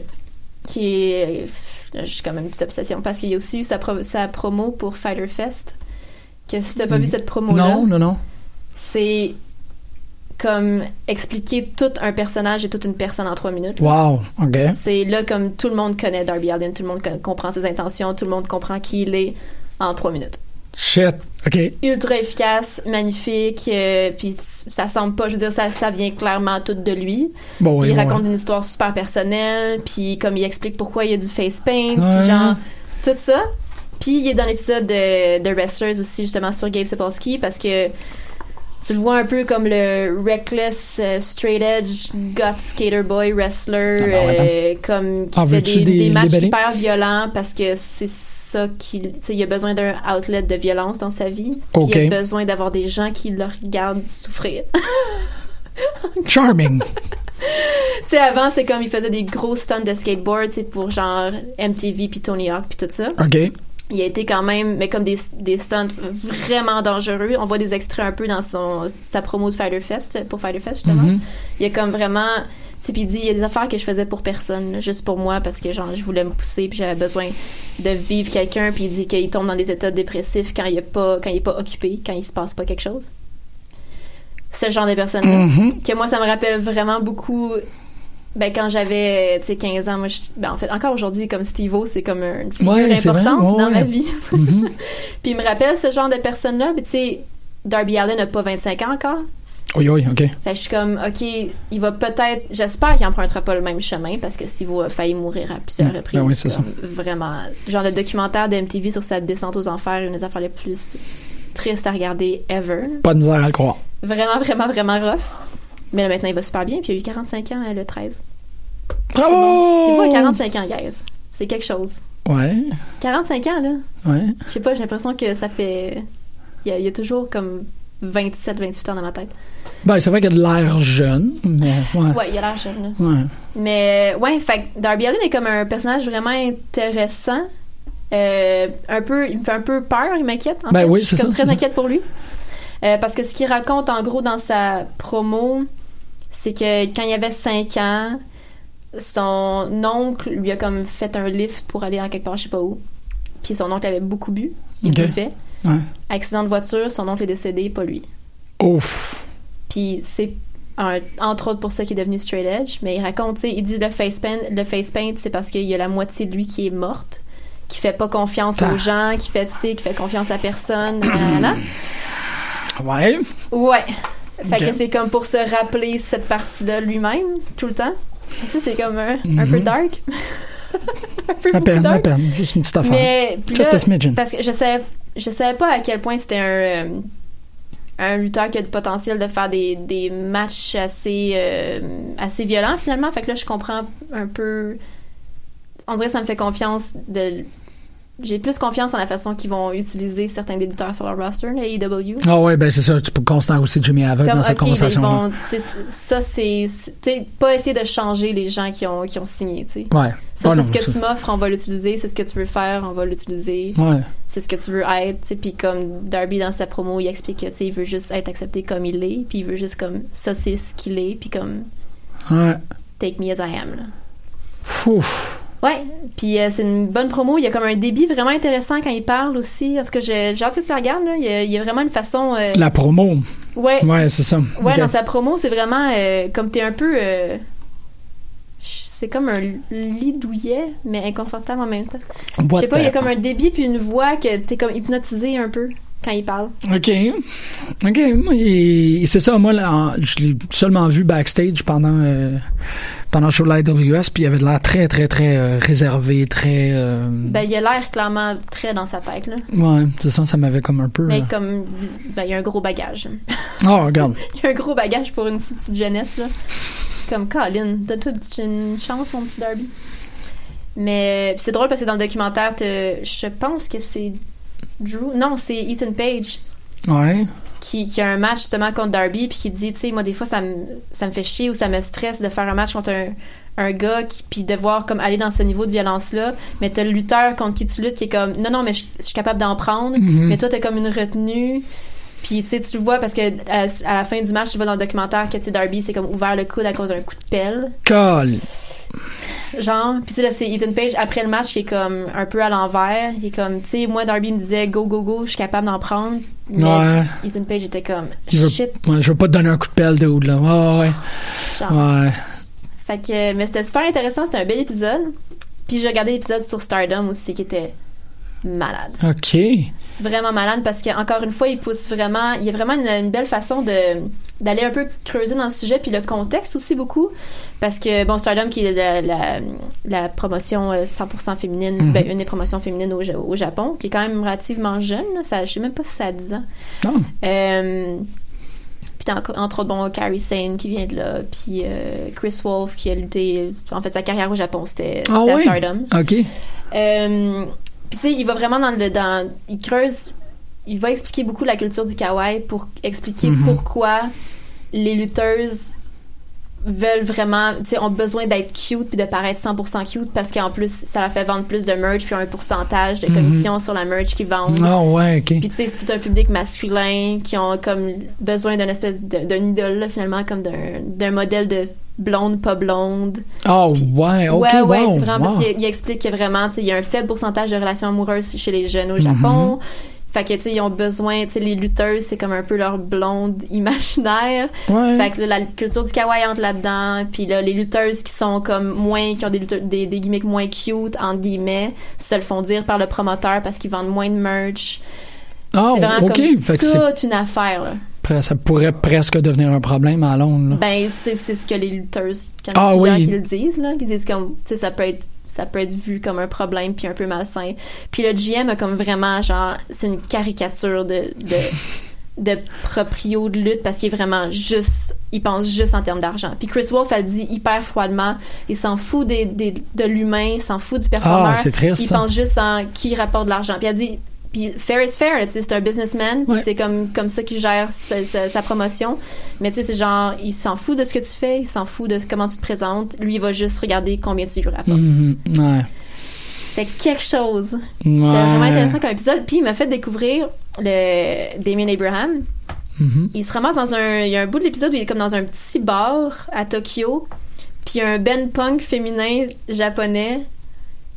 S6: qui est. là, J'ai quand même une petite obsession parce qu'il y a aussi eu sa, pro- sa promo pour Fighter Fest. Que si t'as pas vu cette promo-là,
S5: Mm. Non, non, non.
S6: c'est comme expliquer tout un personnage et toute une personne en trois minutes.
S5: Wow. OK.
S6: C'est là comme tout le monde connaît Darby Allin, tout le monde co- comprend ses intentions, tout le monde comprend qui il est en trois minutes.
S5: Shit. OK.
S6: Ultra efficace, magnifique, euh, puis ça semble pas, je veux dire, ça, ça vient clairement tout de lui.
S5: Bon,
S6: Puis il
S5: oui, bon,
S6: raconte
S5: oui.
S6: une histoire super personnelle, puis comme il explique pourquoi il y a du face paint,
S5: Ouais.
S6: puis genre tout ça. Puis il est dans l'épisode de, de Wrestlers aussi justement sur Gabe Sapolsky parce que tu le vois un peu comme le reckless euh, straight edge goth skater boy wrestler
S7: Ah ben ouais,
S6: euh, comme qui
S7: Ah,
S6: fait
S7: veux-tu
S6: des,
S7: des-
S6: des matchs
S7: des ballets?
S6: hyper violents parce que c'est ça qu'il tu sais, il a besoin d'un outlet de violence dans sa vie puis il
S5: Ok.
S6: a besoin d'avoir des gens qui le regardent souffrir
S5: Charming.
S6: Tu sais, avant, c'est comme il faisait des gros stunts de skateboard, tu sais, pour genre MTV puis Tony Hawk puis tout ça.
S5: OK.
S6: Il a été quand même, mais comme des, des stunts vraiment dangereux. On voit des extraits un peu dans son, sa promo de Fighter Fest, pour Fighter Fest, justement.
S7: Mhm.
S6: Il y a comme vraiment, tu sais, puis il dit, il y a des affaires que je faisais pour personne, là, juste pour moi, parce que genre, je voulais me pousser puis j'avais besoin de vivre quelqu'un puis il dit qu'il tombe dans des états dépressifs quand il est pas, quand il est pas occupé, quand il se passe pas quelque chose. Ce genre de personnes
S7: Mhm.
S6: Que moi, ça me rappelle vraiment beaucoup ben, quand j'avais tu sais, 15 ans, moi, je- ben, en fait, encore aujourd'hui, comme Steve-O, c'est comme une figure
S7: Ouais, c'est vrai,
S6: importante
S7: ouais,
S6: dans ma
S7: ouais. Mm-hmm.
S6: vie. Puis il me rappelle ce genre de personne-là. Puis tu sais, Darby Allen n'a pas 25 ans encore.
S5: Oui, oui, OK.
S6: Fait que je suis comme, OK, il va peut-être. J'espère qu'il empruntera pas le même chemin parce que Steve-O a failli mourir à plusieurs
S7: Mm.
S5: Ben
S6: reprises.
S5: oui, c'est ça.
S6: Comme, Vraiment. Genre le documentaire de MTV sur sa descente aux enfers, une des affaires les plus tristes à regarder ever.
S5: Pas de misère à le croire.
S6: Vraiment, vraiment, vraiment rough. Mais là, maintenant, il va super bien. Puis il a eu 45 ans hein, le 13.
S5: Bravo!
S6: C'est pas 45 ans, guys. C'est quelque chose.
S5: Ouais.
S6: 45 ans, là.
S5: Ouais.
S6: Je sais pas, j'ai l'impression que ça fait. Il y, a- il y a toujours comme 27, 28 ans dans ma tête.
S5: Ben, c'est vrai qu'il a de l'air jeune, mais ouais.
S6: Ouais, il a l'air jeune, là.
S5: Ouais.
S6: Mais ouais, fait que Darby Allin est comme un personnage vraiment intéressant. Euh, un peu, il me fait un peu peur, il m'inquiète. en
S5: Ben
S6: fait.
S5: oui,
S6: je suis
S5: c'est
S6: comme
S5: ça,
S6: très
S5: c'est ça.
S6: inquiète pour lui. Euh, parce que ce qu'il raconte en gros dans sa promo, c'est que quand il avait 5 ans, son oncle lui a comme fait un lift pour aller en quelque part, je sais pas où. Puis son oncle avait beaucoup bu, il
S5: Ok.
S6: le fait.
S5: Ouais.
S6: Accident de voiture, son oncle est décédé, pas lui.
S5: Ouf.
S6: Puis c'est un- entre autres pour ça qu'il est devenu straight edge, mais il raconte, tu sais, il dit le face paint, le face paint, c'est parce qu'il y a la moitié de lui qui est morte, qui fait pas confiance
S5: Ah.
S6: aux gens, qui fait, tu sais, qui fait confiance à personne. nanana.
S5: Ouais.
S6: Ouais. Fait que
S5: Ok.
S6: c'est comme pour se rappeler cette partie-là lui-même tout le temps. Tu sais, c'est comme un, un
S5: Mhm.
S6: peu dark. Mm-hmm. un peu
S5: À
S6: beaucoup
S5: peine, à
S6: dark.
S5: peine. Juste une petite affaire.
S6: Mais puis
S5: Just
S6: là,
S5: a smidgen.
S6: parce que je savais, je savais pas à quel point c'était un, euh, un lutteur qui a le potentiel de faire des, des matchs assez, euh, assez violents finalement. Fait que là, je comprends un peu. On dirait que ça me fait confiance de j'ai plus confiance en la façon qu'ils vont utiliser certains des lutteurs sur leur roster, la AEW.
S5: Ah ouais, ben c'est ça, tu peux constant aussi Jimmy Havoc
S6: Comme,
S5: dans cette
S6: OK, ben, ils
S5: conversation.
S6: vont- tu sais, ça, c'est. c'est- tu sais, pas essayer de changer les gens qui ont, qui ont signé, tu sais.
S5: Ouais.
S6: Ça,
S5: Ah
S6: c'est
S5: non,
S6: ce que
S5: ça-
S6: tu m'offres, on va l'utiliser. C'est ce que tu veux faire, on va l'utiliser.
S5: Ouais.
S6: C'est ce que tu veux être. tu sais. Puis comme Darby dans sa promo, il explique que tu sais, il veut juste être accepté comme il est. Puis il veut juste comme ça, c'est ce qu'il est. Puis comme
S5: Ouais.
S6: take me as I am. là.
S5: Ouf.
S6: Ouais. Puis euh, c'est une bonne promo. Il y a comme un débit vraiment intéressant quand il parle aussi. En tout cas, j'ai j'ai hâte que tu la regardes. Là. Il, y a, il y a vraiment une façon. euh,
S5: La promo.
S6: Ouais.
S5: Ouais, c'est ça.
S6: Eh. Ouais,
S5: Ok.
S6: dans sa promo, c'est vraiment euh, comme t'es un peu. euh, c'est comme un lit douillet, mais inconfortable en même temps. Je
S5: What
S6: sais pas, il y a
S5: the-
S6: comme un débit puis une voix que t'es comme hypnotisé un peu quand il parle.
S5: OK. OK. moi, il- C'est ça, moi, là, en- je l'ai seulement vu backstage pendant, euh, pendant le show de l'IWS, puis il avait de l'air très, très, très euh, réservé, très. euh,
S6: Ben, il a l'air clairement très dans sa tête, là.
S5: Ouais, c'est ça, ça m'avait comme un peu.
S6: Mais
S5: euh,
S6: comme. vis- Ben, il y a un gros bagage.
S5: Oh, regarde.
S6: Il y a un gros bagage pour une petite, petite jeunesse, là. Comme, Colin, donne-toi une, petite- une chance, mon petit Derby. Mais puis c'est drôle parce que dans le documentaire, t'as- je pense que c'est Drew. Non, c'est Ethan Page.
S5: Ouais.
S6: qui, qui a un match justement contre Darby puis qui dit tu sais moi des fois ça me ça me fait chier ou ça me stresse de faire un match contre un, un gars qui, puis de voir comme aller dans ce niveau de violence là mais t'as le lutteur contre qui tu luttes qui est comme non non mais je je suis capable d'en prendre
S7: Mhm.
S6: mais toi t'as comme une retenue puis tu sais tu le vois parce que à, à la fin du match tu vois dans le documentaire que tu sais Darby c'est comme ouvert le coude à cause d'un coup de pelle
S5: Call.
S6: genre puis tu sais là c'est Ethan Page après le match qui est comme un peu à l'envers il est comme tu sais moi Darby me disait go go go je suis capable d'en prendre mais
S5: Ouais.
S6: Ethan Page était comme
S5: Je veux,
S6: shit
S5: ouais, je veux pas te donner un coup de pelle, dude, là. Ouais, ouais.
S6: genre.
S5: Ouais.
S6: Ah. Fait que, euh, mais c'était super intéressant, c'était un bel épisode. Puis j'ai regardé l'épisode sur Stardom aussi qui était malade.
S5: OK.
S6: Vraiment malade parce que encore une fois, il pousse vraiment, il y a vraiment une, une belle façon de d'aller un peu creuser dans le sujet puis le contexte aussi beaucoup parce que bon Stardom qui est la, la- la promotion euh, 100% féminine,
S5: Mhm.
S6: ben, une des promotions féminines au, Ja- au Japon qui est quand même relativement jeune, là, ça je sais même pas si ça a 10 ans.
S5: Non.
S6: Euh, puis t'as enco- entre autres, bon, Carrie Sane qui vient de là, puis euh, Chris Wolf qui a lutté, en fait, sa carrière au Japon, c'était
S5: Ah
S6: c'était à
S5: ouais?
S6: Stardom.
S5: OK.
S6: Euh, puis tu sais, il va vraiment dans le... Dans, il creuse, il va expliquer beaucoup la culture du kawaii pour expliquer
S7: Mhm.
S6: pourquoi les lutteuses veulent vraiment, tu sais, ont besoin d'être cute puis de paraître 100% cute parce qu'en plus, ça leur fait vendre plus de merch puis ils ont un pourcentage de
S5: Mhm.
S6: commission sur la merch qu'ils vendent.
S5: Ah, ouais, OK.
S6: Puis tu sais, c'est tout un public masculin qui ont comme besoin d'une espèce de- d'un idole là, finalement comme d'un d'un modèle de blonde pas blonde.
S5: Ah, ouais, OK.
S6: ouais ouais,
S5: wow,
S6: c'est vraiment
S5: wow.
S6: parce qu'il il explique que vraiment tu sais il y a un faible pourcentage de relations amoureuses chez les jeunes au Japon.
S5: Mm-hmm.
S6: Fait que, tu sais, ils ont besoin, tu sais, les lutteuses, c'est comme un peu leur blonde imaginaire.
S5: Ouais.
S6: Fait que là, la culture du kawaii entre là-dedans. Puis là, les lutteuses qui sont comme moins, qui ont des, lutteuses- des, des gimmicks moins cute, entre guillemets, se le font dire par le promoteur parce qu'ils vendent moins de merch.
S5: Ah,
S6: C'est vraiment
S5: OK.
S6: comme
S5: Fait que c'est
S6: toute une affaire. là.
S5: pre- ça pourrait presque devenir un problème à Londres, là.
S6: Ben, c'est c'est ce que les lutteuses, qu'il y en a
S5: Ah
S6: plusieurs
S5: oui.
S6: qui le disent, là, qui disent comme, tu sais, ça peut être ça peut être vu comme un problème puis un peu malsain. Puis le GM a comme vraiment genre c'est une caricature de de, de proprio de lutte parce qu'il est vraiment juste il pense juste en termes d'argent. Puis Chris Wolf elle dit hyper froidement, il s'en fout des, des- de l'humain, il s'en fout du performeur.
S5: Ah, c'est triste,
S6: il
S5: ça.
S6: pense juste en qui rapporte de l'argent. Puis elle dit puis fair is fair, là, tu sais, c'est un businessman, puis
S5: Ouais.
S6: c'est comme comme ça qu'il gère sa, sa- sa promotion. Mais tu sais, c'est genre il s'en fout de ce que tu fais, il s'en fout de comment tu te présentes. Lui, il va juste regarder combien tu lui rapportes.
S5: Mhm, Ouais.
S6: C'était quelque chose.
S5: Ouais.
S6: C'était vraiment intéressant comme épisode. Puis il m'a fait découvrir le Damien Abraham.
S5: Mhm.
S6: Il se ramasse dans un. Il y a un bout de l'épisode où il est comme dans un petit bar à Tokyo. Puis il y a un ben punk féminin japonais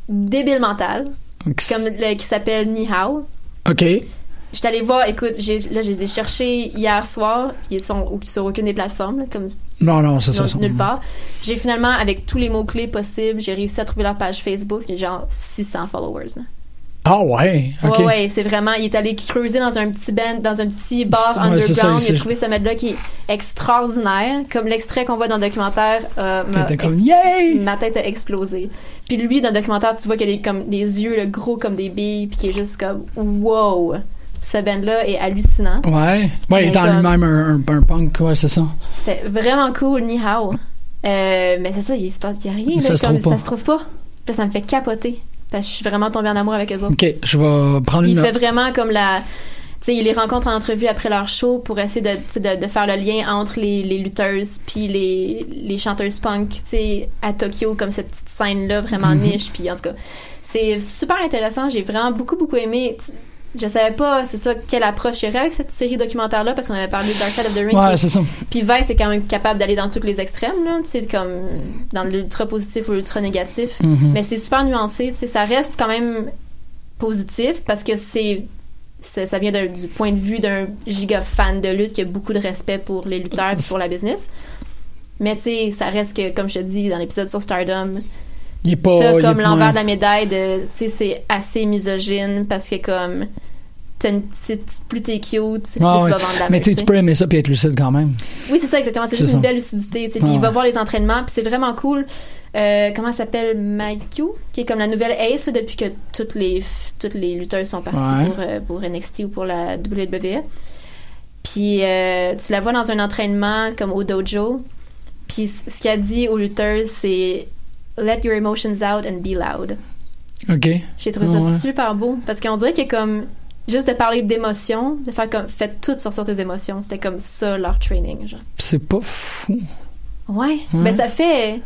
S6: débile mental.
S5: Ox.
S6: Comme le- qui s'appelle Nihao.
S5: OK.
S6: J'étais allée voir, écoute, j'ai- là, je les ai cherchés hier soir. Ils sont au- sur aucune des plateformes, là, comme
S5: Non, non, c'est ça.
S6: non-
S5: ça. Mhm.
S6: nulle part. J'ai finalement, avec tous les mots-clés possibles, j'ai réussi à trouver leur page Facebook. Il y a genre 600 followers. là.
S5: Ah, ouais. OK.
S6: Ouais, ouais, c'est vraiment. Il est allé creuser dans un petit band, dans un petit bar
S5: Ouais, c'est ça,
S6: underground.
S5: il
S6: il a
S5: s'est-
S6: trouvé ce mec-là qui est extraordinaire. Comme l'extrait qu'on voit dans le documentaire, euh, m'a
S5: T'étais comme,
S6: ex- ma tête a explosé. Puis lui, dans le documentaire, tu vois qu'il a des, comme, des yeux là, gros comme des billes, puis qui est juste comme wow. Ce band-là est hallucinant.
S5: Ouais. Ouais, il est
S6: Mais
S5: en
S6: comme-
S5: lui-même un, un- un punk, ouais, c'est ça.
S6: C'était vraiment cool, ni hao. Euh, mais c'est ça, il se passe, il y a rien. là,
S5: Ça se
S6: comme-
S5: trouve
S6: Ça
S5: pas.
S6: se trouve pas. Puis là, ça me fait capoter. Parce que je suis vraiment tombée en amour avec eux autres.
S5: OK, je vais prendre
S6: Puis
S5: une
S6: il fait
S5: note.
S6: vraiment comme la. Tu sais, il les rencontre en entrevue après leur show pour essayer de, tu sais, de, de faire le lien entre les, les lutteuses puis les, les chanteuses punk, tu sais, à Tokyo, comme cette petite scène-là vraiment
S7: Mhm.
S6: niche. Puis en tout cas, c'est super intéressant. J'ai vraiment beaucoup, beaucoup aimé. Tu- Je savais pas, c'est ça, quelle approche il y aurait avec cette série documentaire-là, parce qu'on avait parlé de Dark Side of the Ring.
S5: Ouais,
S6: qui-
S5: c'est ça.
S6: puis Vice est quand même capable d'aller dans tous les extrêmes, là, tu sais, comme dans l'ultra positif ou l'ultra négatif.
S5: Mhm.
S6: Mais c'est super nuancé, tu sais, ça reste quand même positif parce que c'est ça ça vient d'un- du point de vue d'un giga fan de lutte qui a beaucoup de respect pour les lutteurs et pour la business. Mais tu sais, ça reste que, comme je te dis dans l'épisode sur Stardom,
S5: Il est pas.
S6: T'as
S5: Oh, il est-
S6: comme l'envers
S5: ouais.
S6: de la médaille de, tu sais, c'est assez misogyne parce que comme, t'as une- c'est- plus t'es cute, plus
S5: Ah,
S6: tu
S5: ouais.
S6: vas vendre la
S5: Mais tu sais,
S6: tu
S5: tu
S6: sais.
S5: peux aimer ça puis être lucide quand même.
S6: Oui, c'est ça, exactement. C'est
S5: C'est
S6: juste
S5: ça.
S6: une belle lucidité. tu sais. Puis
S5: Ah
S6: il va
S5: ouais.
S6: voir les entraînements, puis c'est vraiment cool. Euh, comment elle s'appelle Mayu, qui est comme la nouvelle ace depuis que toutes les, toutes les lutteuses sont parties
S7: Ouais.
S6: pour, euh, pour NXT ou pour la WWE. Puis euh, tu la vois dans un entraînement comme au dojo. Puis c- ce qu'elle dit aux lutteuses, c'est Let your emotions out and be loud.
S5: OK.
S6: J'ai trouvé
S5: Ouais.
S6: ça super beau parce qu'on dirait que comme juste de parler d'émotions, de faire comme faites toutes sortir tes émotions, c'était comme ça leur training. Genre.
S5: C'est pas fou.
S6: Ouais,
S5: Ouais.
S6: mais ça fait.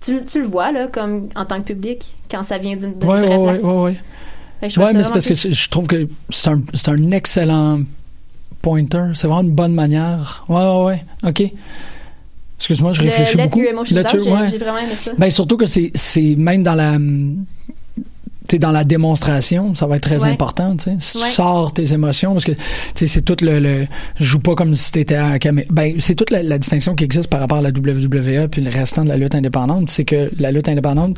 S6: Tu, tu le vois, là, comme en tant que public, quand ça vient d'une d'une
S5: Ouais,
S6: vraie
S5: ouais,
S6: place.
S5: ouais, ouais.
S6: Fait que je trouve
S5: Ouais,
S6: ça
S5: mais c'est
S6: vraiment
S5: parce que
S6: cool.
S5: je je trouve que c'est un, c'est un excellent pointer. C'est vraiment une bonne manière. Ouais, ouais, ouais. OK. Excuse-moi, je
S6: Le
S5: réfléchis
S6: Let
S5: beaucoup.
S6: Your Emotions
S5: Let
S6: Out,
S5: Your-
S6: j'ai-
S5: ouais.
S6: j'ai vraiment aimé ça.
S5: Ben, surtout que c'est, c'est même dans la... hum, t'sais, dans la démonstration, ça va être très
S6: Ouais.
S5: important. t'sais. Si
S6: Ouais.
S5: tu sors tes émotions, parce que t'sais, c'est tout le, le- Je joue pas comme si t'étais à la caméra. Ben, c'est toute la, la distinction qui existe par rapport à la WWE puis le restant de la lutte indépendante. C'est que la lutte indépendante,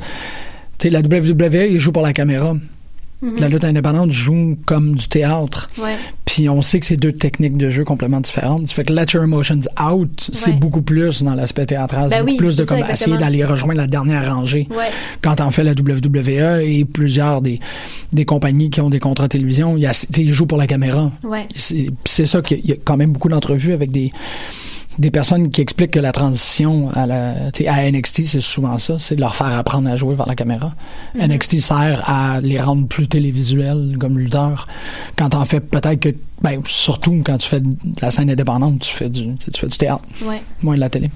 S5: t'sais, la WWE, ils jouent pour la caméra.
S6: Mm-hmm.
S5: La lutte indépendante joue comme du théâtre.
S6: Ouais.
S5: Puis on sait que c'est deux techniques de jeu complètement différentes. Ça fait que Let Your Emotions Out, c'est
S6: Ouais.
S5: beaucoup plus dans l'aspect théâtral.
S6: Ben
S5: c'est beaucoup
S6: oui,
S5: plus
S6: c'est
S5: de
S6: ça,
S5: comme
S6: exactement.
S5: essayer d'aller rejoindre la dernière rangée.
S6: Ouais.
S5: Quand on fait la WWE et plusieurs des, des compagnies qui ont des contrats télévision, il y a- tu sais, ils jouent pour la caméra.
S6: Ouais.
S5: C'est c'est ça qu'il y a- il y a quand même beaucoup d'entrevues avec des des personnes qui expliquent que la transition à la tu sais, à NXT c'est souvent ça c'est de leur faire apprendre à jouer vers la caméra
S6: Mm-hmm.
S8: Mhm.
S5: NXT sert à les rendre plus télévisuels comme lutteur quand t'en fais peut-être que ben surtout quand tu fais de la scène indépendante tu fais du tu sais, tu fais du théâtre
S6: Ouais.
S5: moins de la télé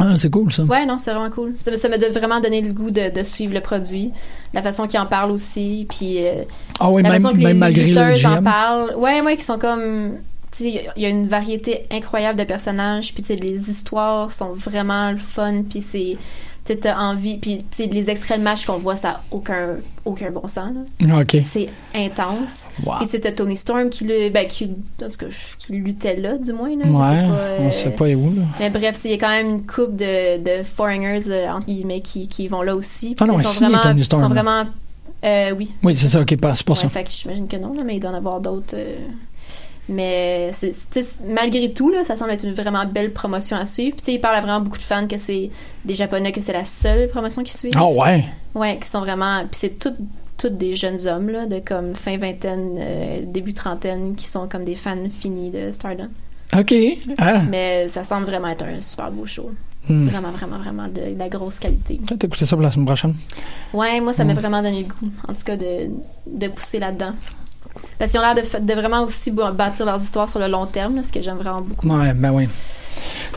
S5: ah, c'est cool ça
S6: Ouais, non, c'est vraiment cool. Ça ça m'a de- vraiment donné le goût de, de suivre le produit, la façon qu'ils en parlent aussi, puis euh,
S5: Ah ouais,
S6: la
S5: même-
S6: façon que les
S5: même malgré le
S6: lutteurs en
S5: GM.
S6: parlent. Ouais, ouais, qui sont comme... tu sais, Il y a une variété incroyable de personnages, puis tu sais, les histoires sont vraiment le fun, puis c'est... Tu sais, t'as envie... Puis tu sais, les extraits de match qu'on voit, ça n'a aucun, aucun bon sens. là.
S5: ok
S6: C'est intense.
S5: Wow.
S6: Puis tu sais, t'as Tony Storm qui, le, ben, qui, en tout cas, qui luttait là, du moins. Là, Je
S5: ouais
S6: sais pas, euh,
S5: on sait pas où là
S6: mais bref, il y a quand même une coupe de, de foreigners euh, entre guillemets, qui, qui vont là aussi. Puis,
S5: Ah non,
S6: ils
S5: elle
S6: sont
S5: signe
S6: vraiment,
S5: Tony
S6: ils
S5: Storm,
S6: sont
S5: là.
S6: vraiment euh, oui.
S5: oui c'est ça ok passe pour
S6: Ouais,
S5: ça
S6: fait que j'imagine que non, là, mais il doit en avoir d'autres. euh. Mais c'est- c'est- tu sais, malgré tout, là, ça semble être une vraiment belle promotion à suivre. Puis tu sais, il parle à vraiment beaucoup de fans que c'est des Japonais, que c'est la seule promotion qui suit.
S5: ah ouais
S6: Ouais, qui sont vraiment. Puis c'est toutes toutes des jeunes hommes, là, de comme fin vingtaine, euh, début trentaine, qui sont comme des fans finis de Stardom.
S5: ok ah.
S6: Mais ça semble vraiment être un super beau show.
S5: Hmm.
S6: Vraiment, vraiment, vraiment de, de la grosse qualité.
S5: peut-être écouter ça pour la semaine prochaine
S6: Ouais, moi, ça m'a
S5: Hmm.
S6: vraiment donné le goût, en tout cas, de, de pousser là-dedans. Parce qu'ils ont l'air de, fa- de vraiment aussi bo- bâtir leurs histoires sur le long terme, là, ce que j'aime vraiment beaucoup.
S5: Ouais, ben oui.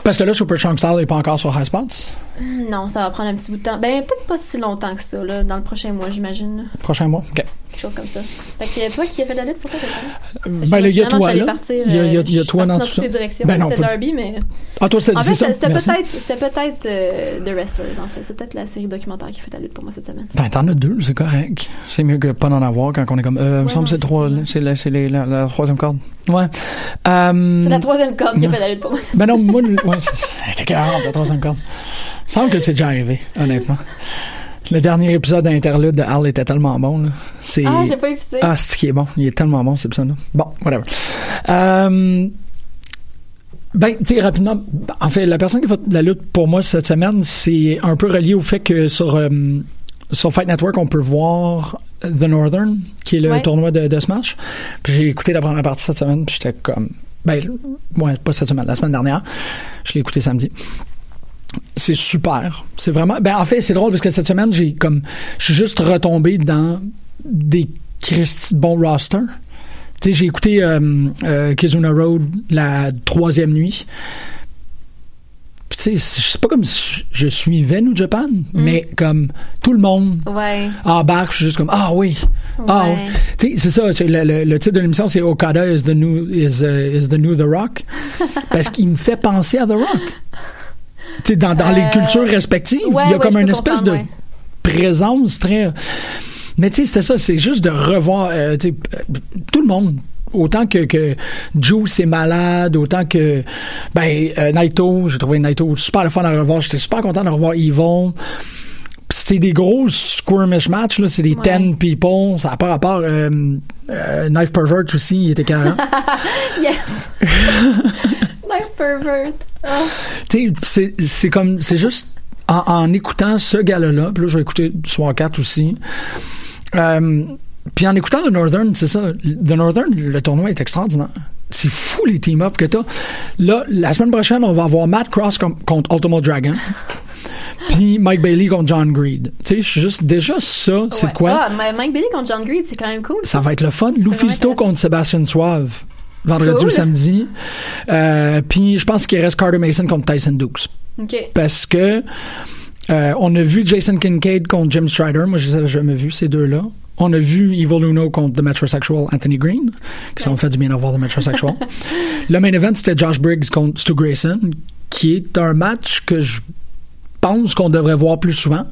S5: Parce que là, Super Chunk Style n'est pas encore sur High Spots.
S6: Hmm, Non, ça va prendre un petit bout de temps. Ben, peut-être pas si longtemps que ça, là, dans le prochain mois, j'imagine. là.
S5: Prochain mois. OK.
S6: Quelque chose comme ça. Fait que toi qui as fait de la lutte, pourquoi t'as fait ça?
S5: Ben là, il y a toi, là. Il y a, il y
S6: euh,
S5: a- il y a toi dans tout ça.
S6: toutes les directions.
S5: Ben non,
S6: c'était
S5: pas-
S6: Derby, mais...
S5: Ah, toi, c'était
S6: En fait,
S5: c'est ça?
S6: c'était
S5: Merci.
S6: peut-être c'était peut-être, euh, The Wrestlers, en fait. C'est peut-être la série documentaire qui fait la lutte pour moi cette semaine.
S5: Ben, t'en as deux, c'est correct. C'est mieux que pas d'en avoir quand on est comme. Euh, il me semble que c'est le trois, là. c'est la, c'est les- la- la troisième corde. Ouais. Euh,
S6: C'est la troisième corde qui a
S5: ouais.
S6: fait la lutte pour moi cette
S5: Ben non, moi, le- ouais, c'est- t'es 40, la troisième corde. Il me semble que c'est déjà arrivé, honnêtement. Le dernier épisode d'Interlude de Harl était tellement bon, là. C'est-
S6: Ah, j'ai pas écouté.
S5: Ah, c'est qui est bon. Il est tellement bon, cet épisode-là. Bon, whatever. Euh, ben, tu sais, rapidement, en fait, la personne qui fait la lutte pour moi cette semaine, c'est un peu relié au fait que sur, euh, sur Fight Network, on peut voir The Northern, qui est le
S8: Ouais.
S5: tournoi de, de Smash. Puis j'ai écouté la première partie cette semaine, puis j'étais comme. Ben, ouais, pas cette semaine, la semaine dernière. Je l'ai écouté samedi. c'est super. C'est vraiment. Ben, en fait, c'est drôle parce que cette semaine, j'ai comme. Je suis juste retombé dans des Christi de bons rosters. Tu sais, j'ai écouté euh, euh, Kizuna Road la troisième nuit. Puis, tu sais, c'est pas comme si je suivais New Japan, mais comme tout le monde
S6: Ouais.
S5: embarque, je suis juste comme ah oui, ah
S6: Ouais.
S5: oui. Tu sais, c'est ça. tu sais, Le, le- le titre de l'émission c'est Okada is the new is, uh, is the new The Rock parce qu'il me fait penser à The Rock. Tu sais, dans, dans
S6: Euh,
S5: les cultures respectives,
S6: ouais,
S5: il y a
S6: ouais,
S5: comme
S6: je
S5: une
S6: peux
S5: espèce de
S6: comprendre, ouais.
S5: présence très. Mais tu sais, c'était ça. C'est juste de revoir euh, tu sais, euh, tout le monde. Autant que, que Juice est malade, autant que ben euh, Naito, j'ai trouvé Naito super le fun à revoir. J'étais super content de revoir Yvon. Pis c'est des gros skirmish matchs, là. C'est des 10 people. Ça n'a pas rapport. Euh, euh, Knife Pervert aussi, il était 40.
S6: Yes. Life pervert. Ah.
S5: tu sais, c'est- c'est comme. C'est juste en, en écoutant ce gars-là, puis là, je vais écouter Soir 4 aussi. Euh, puis en écoutant The Northern, c'est ça. The Northern, le tournoi est extraordinaire. C'est fou les team-up que t'as. Là, la semaine prochaine, on va avoir Matt Cross com- contre Ultimo Dragon. Puis Mike Bailey contre John Greed. Tu sais, je suis juste. Déjà, ça, c'est
S6: Ouais.
S5: quoi?
S6: Ah, Ma- Mike Bailey contre John Greed, c'est quand même cool.
S5: Ça va être le fun. Lufisto contre Sébastien Suave. Vendredi
S6: Cool.
S5: ou samedi. Euh, Puis je pense qu'il reste Carter Mason contre Tyson Dukes.
S6: OK.
S5: Parce que euh, on a vu Jason Kincaid contre Jim Strider. Moi, je les avais jamais vus, ces deux-là. On a vu Evil Uno contre The Metrosexual Anthony Green, qui ça me fait du bien de revoir The Metrosexual. le main event, c'était Josh Briggs contre Stu Grayson, qui est un match que je pense qu'on devrait voir plus souvent.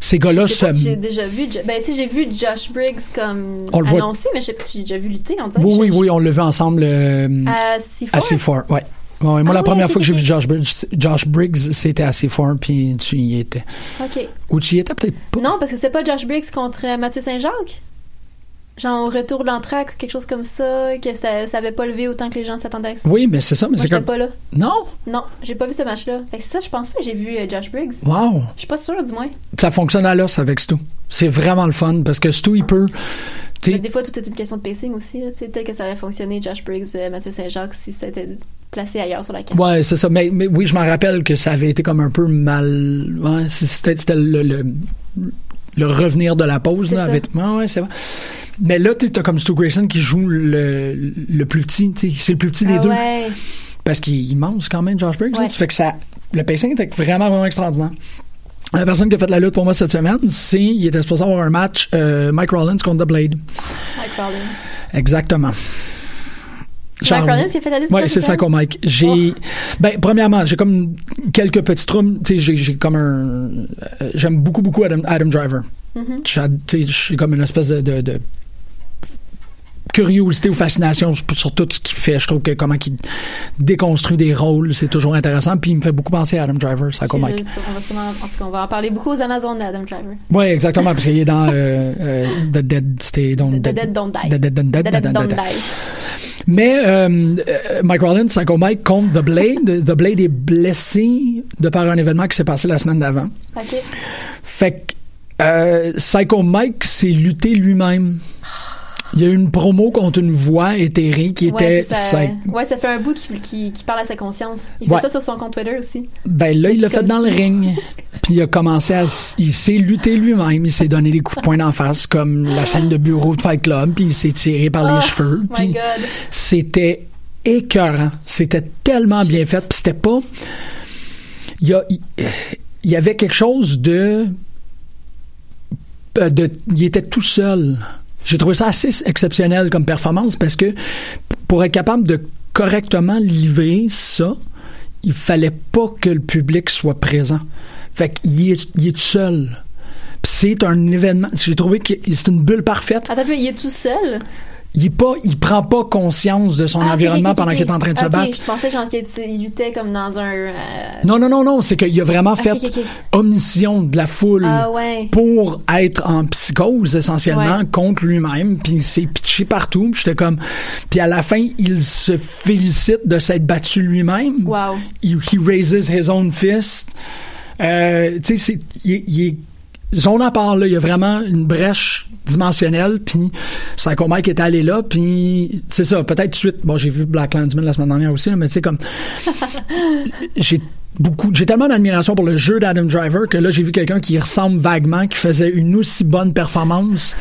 S5: Ces gars-là
S6: Je sais
S5: se
S6: pas si j'ai déjà vu. Jo- Ben, tu sais, j'ai vu Josh Briggs comme
S5: On le voit-
S6: annoncé, mais je sais pas si j'ai déjà vu lutter, on dirait.
S5: Oui,
S6: que
S5: oui,
S6: je-
S5: oui, on l'a vu ensemble euh,
S6: À C4?
S5: à C4. Ouais. Ouais, ouais,
S6: Ah
S5: moi, la
S6: ouais,
S5: première
S6: ok,
S5: fois que j'ai
S6: ok,
S5: vu Josh Briggs, Josh Briggs, c'était à C4, puis tu y étais.
S6: OK.
S5: Ou tu y étais peut-être pas.
S6: Non, parce que c'est pas Josh Briggs contre euh, Mathieu Saint-Jacques. Genre, au retour de l'entraque ou quelque chose comme ça, que ça, ça avait pas levé autant que les gens s'attendaient à ça.
S5: Oui, mais c'est ça, mais
S6: Moi,
S5: c'est
S6: j'étais
S5: comme.
S6: pas là.
S5: Non?
S6: Non, j'ai pas vu ce match-là. Fait que c'est ça, je pense pas que j'ai vu euh, Josh Briggs.
S5: Wow!
S6: Je suis pas sûre, du moins.
S5: Ça fonctionne à l'os avec Stu. C'est vraiment le fun parce que Stu, il peut. tu
S6: Mais
S5: sais,
S6: des fois, tout est une question de pacing aussi. là. Tu sais, Peut-être que ça aurait fonctionné, Josh Briggs, euh, Mathieu Saint-Jacques, si c'était placé ailleurs sur la carte.
S5: Ouais, c'est ça. Mais, mais oui, je m'en rappelle que ça avait été comme un peu mal. Ouais, c'était c'était le, le, le revenir de la pause,
S6: C'est
S5: là,
S6: ça.
S5: avec. Ouais, ouais, c'est vrai. Mais là, tu as comme Stu Grayson qui joue le, le plus petit. tu sais, C'est le plus petit des
S6: Ah
S5: deux.
S6: ouais.
S5: parce qu'il est immense quand même, Josh Briggs. là.
S6: Ouais.
S5: Ça fait que ça, le pacing était vraiment, vraiment extraordinaire. La personne qui a fait la lutte pour moi cette semaine, c'est, il était supposé avoir un match euh, Mike Rollins contre The Blade.
S6: Mike Rollins.
S5: Exactement. J'en-
S6: Mike Rollins qui a fait la lutte.
S5: Ouais,
S6: ça,
S5: c'est
S6: Mike? Oh.
S5: Psycho Mike. J'ai, ben, premièrement, j'ai comme quelques petits trous. Tu sais, j'ai- j'ai comme un, euh, j'aime beaucoup, beaucoup Adam, Adam Driver.
S6: Mhm.
S5: J'a- tu sais, Je suis comme une espèce de, de- de curiosité ou fascination sur, sur tout ce qu'il fait. Je trouve que comment il déconstruit des rôles, c'est toujours intéressant. Puis il me fait beaucoup penser à Adam Driver, Psycho
S6: Je-
S5: Ah, Mike.
S6: On va, sûrement, en tout cas, on va en parler beaucoup aux Amazones, Adam Driver.
S5: Oui, exactement, parce qu'il est dans euh, euh, The Dead Stay Don't
S6: The Dead Don't Die.
S5: The Dead Don't Die.
S6: Dead
S5: The Dead
S6: Don't
S5: Don't
S6: Die.
S5: Die. Mais euh, euh, Mike Rollins, Psycho Mike contre The Blade. The Blade est blessé de par un événement qui s'est passé la semaine d'avant.
S6: OK.
S5: Fait que euh, Psycho Mike s'est lutté lui-même. Il y a eu une promo contre une voix éthérée qui
S6: Ouais,
S5: était
S6: c'est ça,
S5: Psy-
S6: ouais, ça fait un bout qui, qui, qui parle à sa conscience. Il
S5: Ouais.
S6: fait ça sur son compte Twitter aussi.
S5: Ben là, il l'a fait
S6: Comme
S5: dans le
S6: si-
S5: ring. Puis il a commencé à. s- Il s'est lutté lui-même. Il s'est donné des coups de poing d'en face, comme la scène de bureau de Fight Club. Puis il s'est tiré par
S6: Oh,
S5: les cheveux.
S6: my
S5: Puis
S6: God.
S5: c'était écœurant. C'était tellement bien fait. Puis c'était pas. Il y, a- il- il y avait quelque chose de. euh, de il était tout seul. J'ai trouvé ça assez exceptionnel comme performance parce que p- pour être capable de correctement livrer ça, il fallait pas que le public soit présent. Fait qu'il est, il est tout seul. Puis c'est un événement. J'ai trouvé que c'est une bulle parfaite.
S6: Attends, un peu, il est tout seul.
S5: Il est pas, il prend pas conscience de son
S6: Ah, ok,
S5: environnement
S6: ok, ok,
S5: pendant
S6: ok.
S5: qu'il est en train de
S6: Ok,
S5: se battre.
S6: Je pensais genre qu'il était- il luttait comme dans un. euh,
S5: Non, non, non, non. C'est qu'il a vraiment
S6: Ok,
S5: fait
S6: ok, ok.
S5: omniscient de la foule
S6: Ah ouais.
S5: pour être en psychose essentiellement
S6: Ouais.
S5: contre lui-même. Puis il s'est pitché partout. Puis j'étais comme. Puis à la fin, il se félicite de s'être battu lui-même.
S6: Wow.
S5: He, he raises his own fist. Euh, tu sais, c'est- il, est- il est zone à part, là. Il y a vraiment une brèche dimensionnelle, puis Psycho Mike est allé là, puis c'est ça, peut-être suite... Bon, j'ai vu Black Landsman la semaine dernière aussi, là, mais tu sais, comme... j'ai beaucoup. J'ai tellement d'admiration pour le jeu d'Adam Driver que là, j'ai vu quelqu'un qui y ressemble vaguement, qui faisait une aussi bonne performance,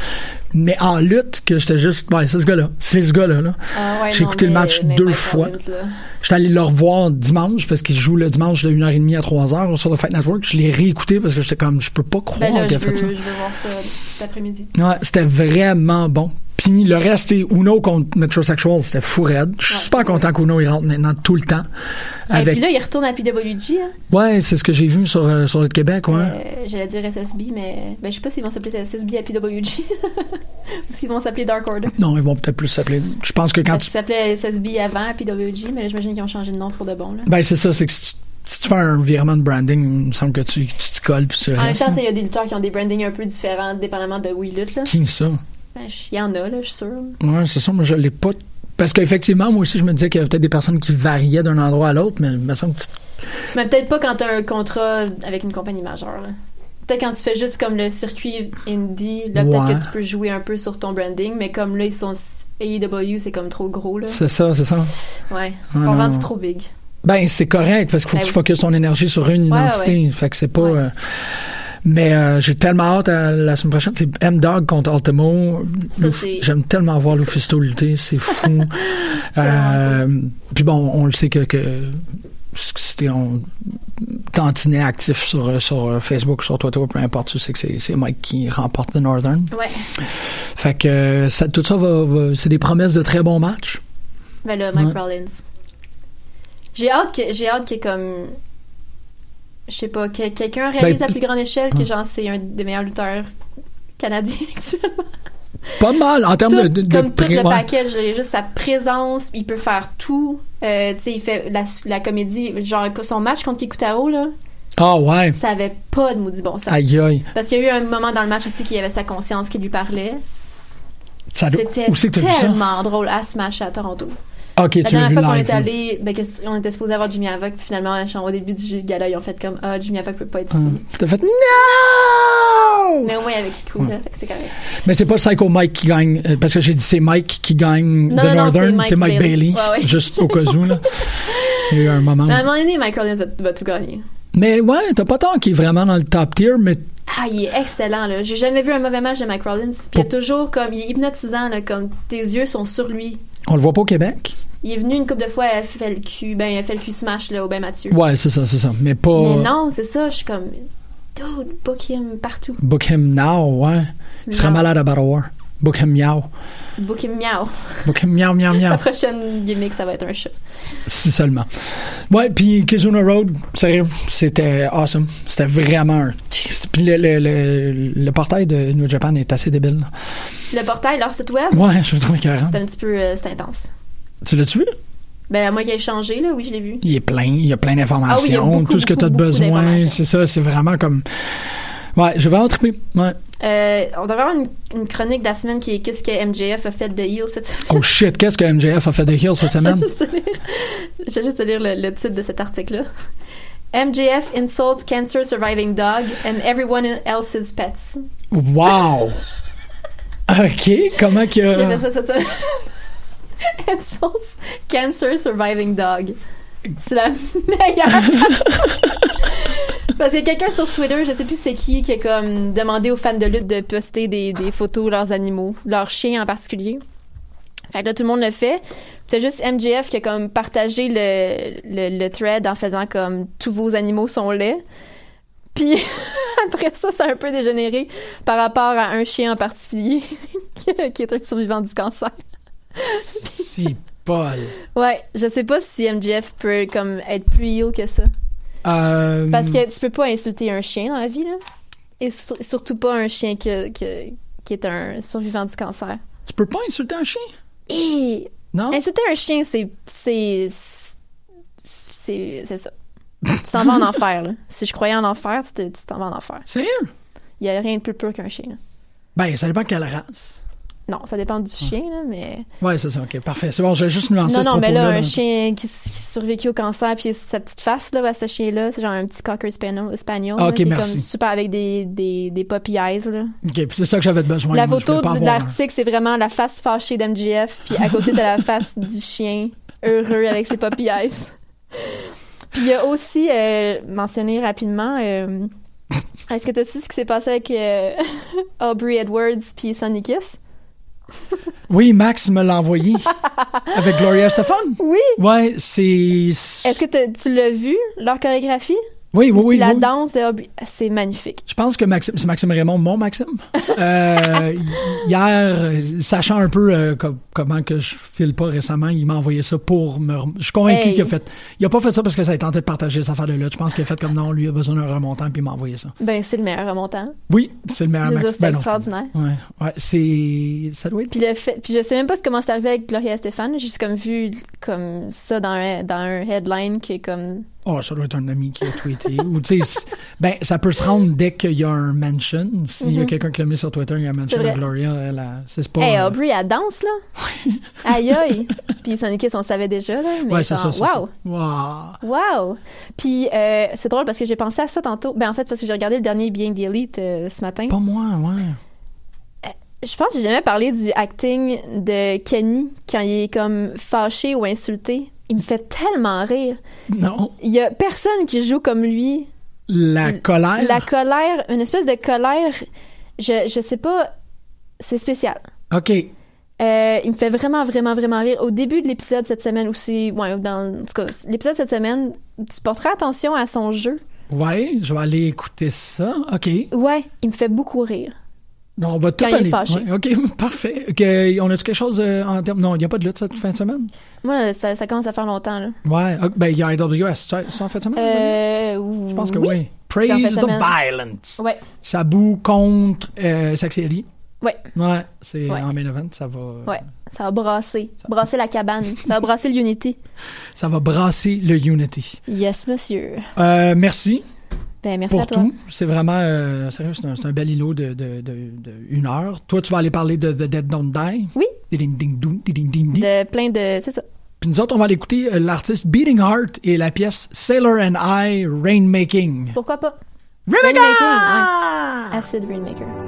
S5: mais en lutte, que j'étais juste, ouais, c'est ce gars-là. C'est ce gars-là. là.
S6: Ah ouais,
S5: j'ai
S6: non,
S5: écouté le
S6: mais-
S5: match
S6: mais
S5: deux
S6: Mike
S5: fois.
S6: Rollins, là.
S5: J'étais allé le revoir dimanche parce qu'il joue le dimanche de 1h30 à 3h sur le Fight Network. Je l'ai réécouté parce que j'étais comme, je peux pas croire
S6: Ben là,
S5: qu'il
S6: je
S5: a
S6: veux,
S5: fait ça.
S6: je veux voir ça cet après-midi.
S5: Ouais, c'était vraiment bon. Puis le reste, c'est Uno contre Metrosexual, c'était fou raide. Je suis super content qu'Uno il rentre maintenant tout le temps.
S6: Et
S5: Avec...
S6: puis là, il retourne à PWG. hein.
S5: Ouais, c'est ce que j'ai vu sur, euh, sur le Québec, ouais.
S6: Euh, J'allais dire SSB, mais ben, je sais pas s'ils vont s'appeler SSB à PWG. Ou s'ils vont s'appeler Dark Order.
S5: Non, ils vont peut-être plus s'appeler. Je pense que quand
S6: Parce
S5: tu.
S6: qu'ils s'appelaient SSB avant à PWG, mais là, j'imagine qu'ils ont changé de nom pour de bon. Là.
S5: Ben, c'est ça, c'est que si tu, si tu fais un virement de branding, il me semble que tu tu t'y colles, puis tu
S6: en même
S5: restes.
S6: temps, tu sais, il y a des lutteurs qui ont des brandings un peu différents, dépendamment de où ils luttent. là.
S5: Qui ça?
S6: Ben, je- il y en a, là, je suis sûre.
S5: Ouais, c'est ça, moi je l'ai pas. Parce qu'effectivement, moi aussi, je me disais qu'il y avait peut-être des personnes qui variaient d'un endroit à l'autre, mais il me semble que tu
S6: Mais peut-être pas quand t'as un contrat avec une compagnie majeure. là. Peut-être quand tu fais juste comme le circuit indie, là, peut-être
S5: Ouais.
S6: que tu peux jouer un peu sur ton branding, mais comme là, ils sont. AEW, c'est comme trop gros, là.
S5: C'est ça, c'est ça.
S6: Ouais.
S5: Ah,
S6: Ils sont
S5: non.
S6: rendus trop big.
S5: Ben, c'est correct parce qu'il faut
S6: Ben
S5: que tu
S6: oui.
S5: focuses ton énergie sur une
S6: Ouais,
S5: identité.
S6: ouais.
S5: Fait que c'est pas. euh, mais euh, j'ai tellement hâte à la semaine prochaine. C'est M-Dog contre Altemo.
S6: Ça,
S5: Luf-
S6: c'est-
S5: J'aime tellement voir Lufisto lutter. C'est fou. Euh, Puis bon, on le sait que. que c'était on tantinet actif sur euh, sur euh, Facebook sur Twitter peu importe tu sais que c'est c'est Mike qui remporte le Northern
S6: Ouais.
S5: fait que euh, ça, tout ça va, va- c'est des promesses de très bons matchs
S6: Ben là, Mike
S5: Ouais.
S6: Rollins. J'ai hâte que j'ai hâte que comme je sais pas que quelqu'un réalise
S5: Ben,
S6: à plus grande échelle que
S5: ouais.
S6: genre c'est un des meilleurs lutteurs canadiens actuellement.
S5: pas mal en termes
S6: Tout-
S5: de, de, de
S6: comme tout
S5: prix,
S6: le
S5: ouais.
S6: package, il y a juste sa présence, il peut faire tout. Euh, tu sais, il fait la, la comédie, genre son match contre Kikutaro là,
S5: ah ouais
S6: ça avait pas de maudit bon sens.
S5: Aïe aïe.
S6: Parce qu'il y a eu un moment dans le match aussi qu'il y avait sa conscience qui lui parlait.
S5: Ça doit-
S6: C'était
S5: Où c'est que t'as vu ça? Ah,
S6: tellement drôle à Smash à Toronto.
S5: Ok,
S6: la
S5: tu
S6: dernière
S5: l'as vu
S6: fois qu'on
S5: live. hein.
S6: est
S5: là.
S6: allé, ben, qu'est-ce- on était supposé avoir Jimmy Havoc, puis finalement, genre, au début du gala, ils ont fait comme Ah, Jimmy Havoc peut pas être ici.
S5: Hum. T'as fait NON!
S6: Mais au moins, il y avait Kiku, là,
S5: Ouais.
S6: fait que c'est correct.
S5: Mais c'est pas Psycho Mike qui gagne, euh, parce que j'ai dit c'est Mike qui
S6: Non,
S5: gagne The
S6: non, non, c'est
S5: Northern,
S6: Mike
S5: c'est Mike Bailey,
S6: Bailey. Ouais, ouais.
S5: juste au cas où. Là. Il y a eu un moment.
S6: Mais à un moment donné, Mike Rollins va, va tout gagner.
S5: Mais ouais, t'as pas tant qu'il est vraiment dans le top tier, mais
S6: Ah, il est excellent, là. J'ai jamais vu un mauvais match de Mike Rollins. Puis il est toujours comme, il est hypnotisant, là, comme tes yeux sont sur lui.
S5: on le voit pas au Québec.
S6: Il est venu une couple de fois à FLQ, ben, FLQ Smash, là, au Ben Mathieu.
S5: Ouais, c'est ça, c'est ça. Mais pas
S6: Mais
S5: euh,
S6: non, c'est ça, je suis comme, dude, book him partout.
S5: Book Him Now, ouais. Il serait
S6: Non.
S5: malade à Battle War. Book Him Miao.
S6: Book him miaou.
S5: Book Him Miao, Miao, Miao.
S6: Sa prochaine gimmick, ça va être un chat.
S5: Si seulement. Ouais, puis Kizuna Road, sérieux, c'était awesome. C'était vraiment un... Puis le, le, le, le portail de New Japan est assez débile. là.
S6: Le portail, leur site web,
S5: Ouais, hein. je le trouve écœurant.
S6: c'est un petit peu, euh, c'est intense.
S5: Tu l'as-tu vu?
S6: Ben, à moins qu'il ait changé, là, oui, je l'ai vu.
S5: Il est plein, il y a plein d'informations,
S6: Ah oui, il y a beaucoup,
S5: tout ce que tu as
S6: beaucoup, beaucoup
S5: besoin,
S6: d'informations.
S5: c'est ça, c'est vraiment comme... Ouais, je vais en triper. Ouais.
S6: Euh, on devrait avoir une, une chronique de la semaine qui est qu'est-ce que MJF a fait de Heal cette semaine.
S5: Oh shit, qu'est-ce que MJF a fait de Hill cette semaine?
S6: Je vais lire- je vais juste lire le, le titre de cet article-là. MJF insults cancer surviving dog and everyone else's pets.
S5: Wow! OK, comment qu'il
S6: Il a
S5: a...
S6: fait ça cette semaine. insults cancer surviving dog. C'est la meilleure. Parce qu'il y a quelqu'un sur Twitter, je sais plus c'est qui, qui a comme demandé aux fans de lutte de poster des, des photos de leurs animaux, leurs chiens en particulier. Fait que là, tout le monde le fait. Puis C'est juste MJF qui a comme partagé le, le, le thread en faisant comme tous vos animaux sont laids. Puis après ça, c'est un peu dégénéré par rapport à un chien en particulier qui est un survivant du cancer.
S5: Si, Paul.
S6: Ouais, je sais pas si MJF peut comme être plus heal que ça.
S5: Euh,
S6: Parce que tu peux pas insulter un chien dans la vie, là. Et sur- surtout pas un chien que, que- qui est un survivant du cancer.
S5: Tu peux pas insulter un chien?
S6: Et
S5: Non?
S6: insulter un chien, c'est. C'est. C'est c'est ça. Tu t'en vas en enfer, là. Si je croyais en enfer, c'était- tu t'en vas en enfer.
S5: Sérieux?
S6: Il y a rien de plus pur qu'un chien. là.
S5: Ben, ça dépend quelle race.
S6: Non, ça dépend du chien, là, mais.
S5: Ouais, c'est ça, ok, parfait. C'est bon, j'ai juste nuancé
S6: Non,
S5: ce
S6: non, mais là,
S5: propos-là,
S6: un
S5: là.
S6: chien qui, s- qui survécu au cancer, puis sa petite face, là, à ce chien-là, c'est genre un petit cocker spaniel, spaniel
S5: Ah,
S6: là,
S5: ok,
S6: qui est
S5: merci.
S6: comme super avec des, des, des puppy eyes, là.
S5: OK, puis c'est ça que j'avais besoin.
S6: la
S5: moi, je
S6: photo
S5: voulais pas
S6: du- de
S5: avoir-
S6: l'article, c'est vraiment la face fâchée d'MGF, puis à côté de la face du chien, heureux avec ses puppy eyes. Puis il y a aussi euh, mentionné rapidement. euh, Est-ce que tu as su ce qui s'est passé avec euh, Aubrey Edwards puis Sonny Kiss?
S5: Oui, Max me l'a envoyé avec Gloria Stefan.
S6: Oui.
S5: Ouais, c'est.
S6: Est-ce que t'as- tu l'as vu, leur chorégraphie?
S5: Oui, oui, oui.
S6: Puis la
S5: oui.
S6: danse, de Aubrey- c'est magnifique.
S5: Je pense que Maxime, c'est Maxime Raymond, mon Maxime. Euh, hier, euh, sachant un peu euh, co- comment que je file pas récemment, il m'a envoyé ça pour me. rem- Je suis convaincu
S6: Hey.
S5: qu'il a fait. Il a pas fait ça parce que ça a tenté de partager cette affaire de là. Je pense qu'il a fait comme non, lui a besoin d'un remontant puis il m'a envoyé ça.
S6: Ben, c'est le meilleur remontant.
S5: Oui, c'est le meilleur
S6: Je veux dire,
S5: Maxime.
S6: c'est
S5: Ben non.
S6: extraordinaire.
S5: Ouais, ouais, c'est ça doit être.
S6: Puis le fait, puis je sais même pas comment c'est arrivé avec Gloria Stéphane. J'ai juste comme vu comme ça dans un, dans un headline qui est comme
S5: Oh, ça doit être un ami qui a tweeté. Ou tu sais, c- ben ça peut se rendre dès qu'il y a un mention. S'il y a
S6: Mhm.
S5: quelqu'un qui l'a mis sur Twitter, il y a un mention
S6: vrai.
S5: à Gloria. elle a- C'est pas.
S6: Hey,
S5: euh,
S6: Aubrey, elle danse, là! aïe, aïe! Puis Sonic Kiss, on le savait déjà, là. Mais
S5: Ouais, c'est ça,
S6: genre,
S5: c'est ça.
S6: wow!
S5: Wow.
S6: Wow! Puis euh, c'est drôle parce que j'ai pensé à ça tantôt. Ben, en fait, parce que j'ai regardé le dernier Being the Elite euh, ce matin.
S5: Pas moi, ouais.
S6: Je pense que j'ai jamais parlé du acting de Kenny quand il est comme fâché ou insulté. Il me fait tellement rire.
S5: Non.
S6: Il y a personne qui joue comme lui.
S5: La colère.
S6: La colère, une espèce de colère, je, je sais pas, c'est spécial.
S5: OK.
S6: Euh, il me fait vraiment, vraiment, vraiment rire. Au début de l'épisode cette semaine aussi, ouais, ou dans, en tout cas, l'épisode cette semaine, tu porteras attention à son jeu.
S5: Ouais, je vais aller écouter ça. OK.
S6: Ouais, il me fait beaucoup rire.
S5: Non, on va tout
S6: Quand il est
S5: aller.
S6: fâché.
S5: Ouais, OK, parfait. OK, on a-tu quelque chose euh, en termes. Non, il n'y a pas de lutte cette fin de semaine?
S6: Moi, ça, ça commence à faire longtemps, là.
S5: Ouais. OK, ben, il y a IWS. C'est c'est en fin de semaine?
S6: Euh,
S5: je pense que oui.
S6: oui.
S5: Praise
S6: c'est en fin de
S5: the
S6: semaine.
S5: violence.
S6: Ouais,
S5: Sabu contre euh, Sexy Ellie.
S6: ouais,
S5: Ouais, c'est
S6: Ouais.
S5: en main event. Ça va,
S6: ouais. Ça va brasser. Brasser la cabane. Ça va brasser l'unity.
S5: ça va brasser le Unity.
S6: Yes, monsieur.
S5: Euh, merci.
S6: Ben, merci
S5: pour
S6: à toi.
S5: tout. C'est vraiment, euh, sérieux, c'est un, c'est un bel îlot de, de, de, de une heure. Toi, tu vas aller parler de The Dead Don't Die.
S6: Oui.
S5: Ding, ding, ding, ding, ding, ding.
S6: De plein de. C'est ça.
S5: Puis nous autres, on va aller écouter euh, l'artiste Beating Heart et la pièce Sailor and I Rainmaking.
S6: Pourquoi pas?
S5: Rebecca!
S6: Rainmaker, ouais. Acid Rainmaker.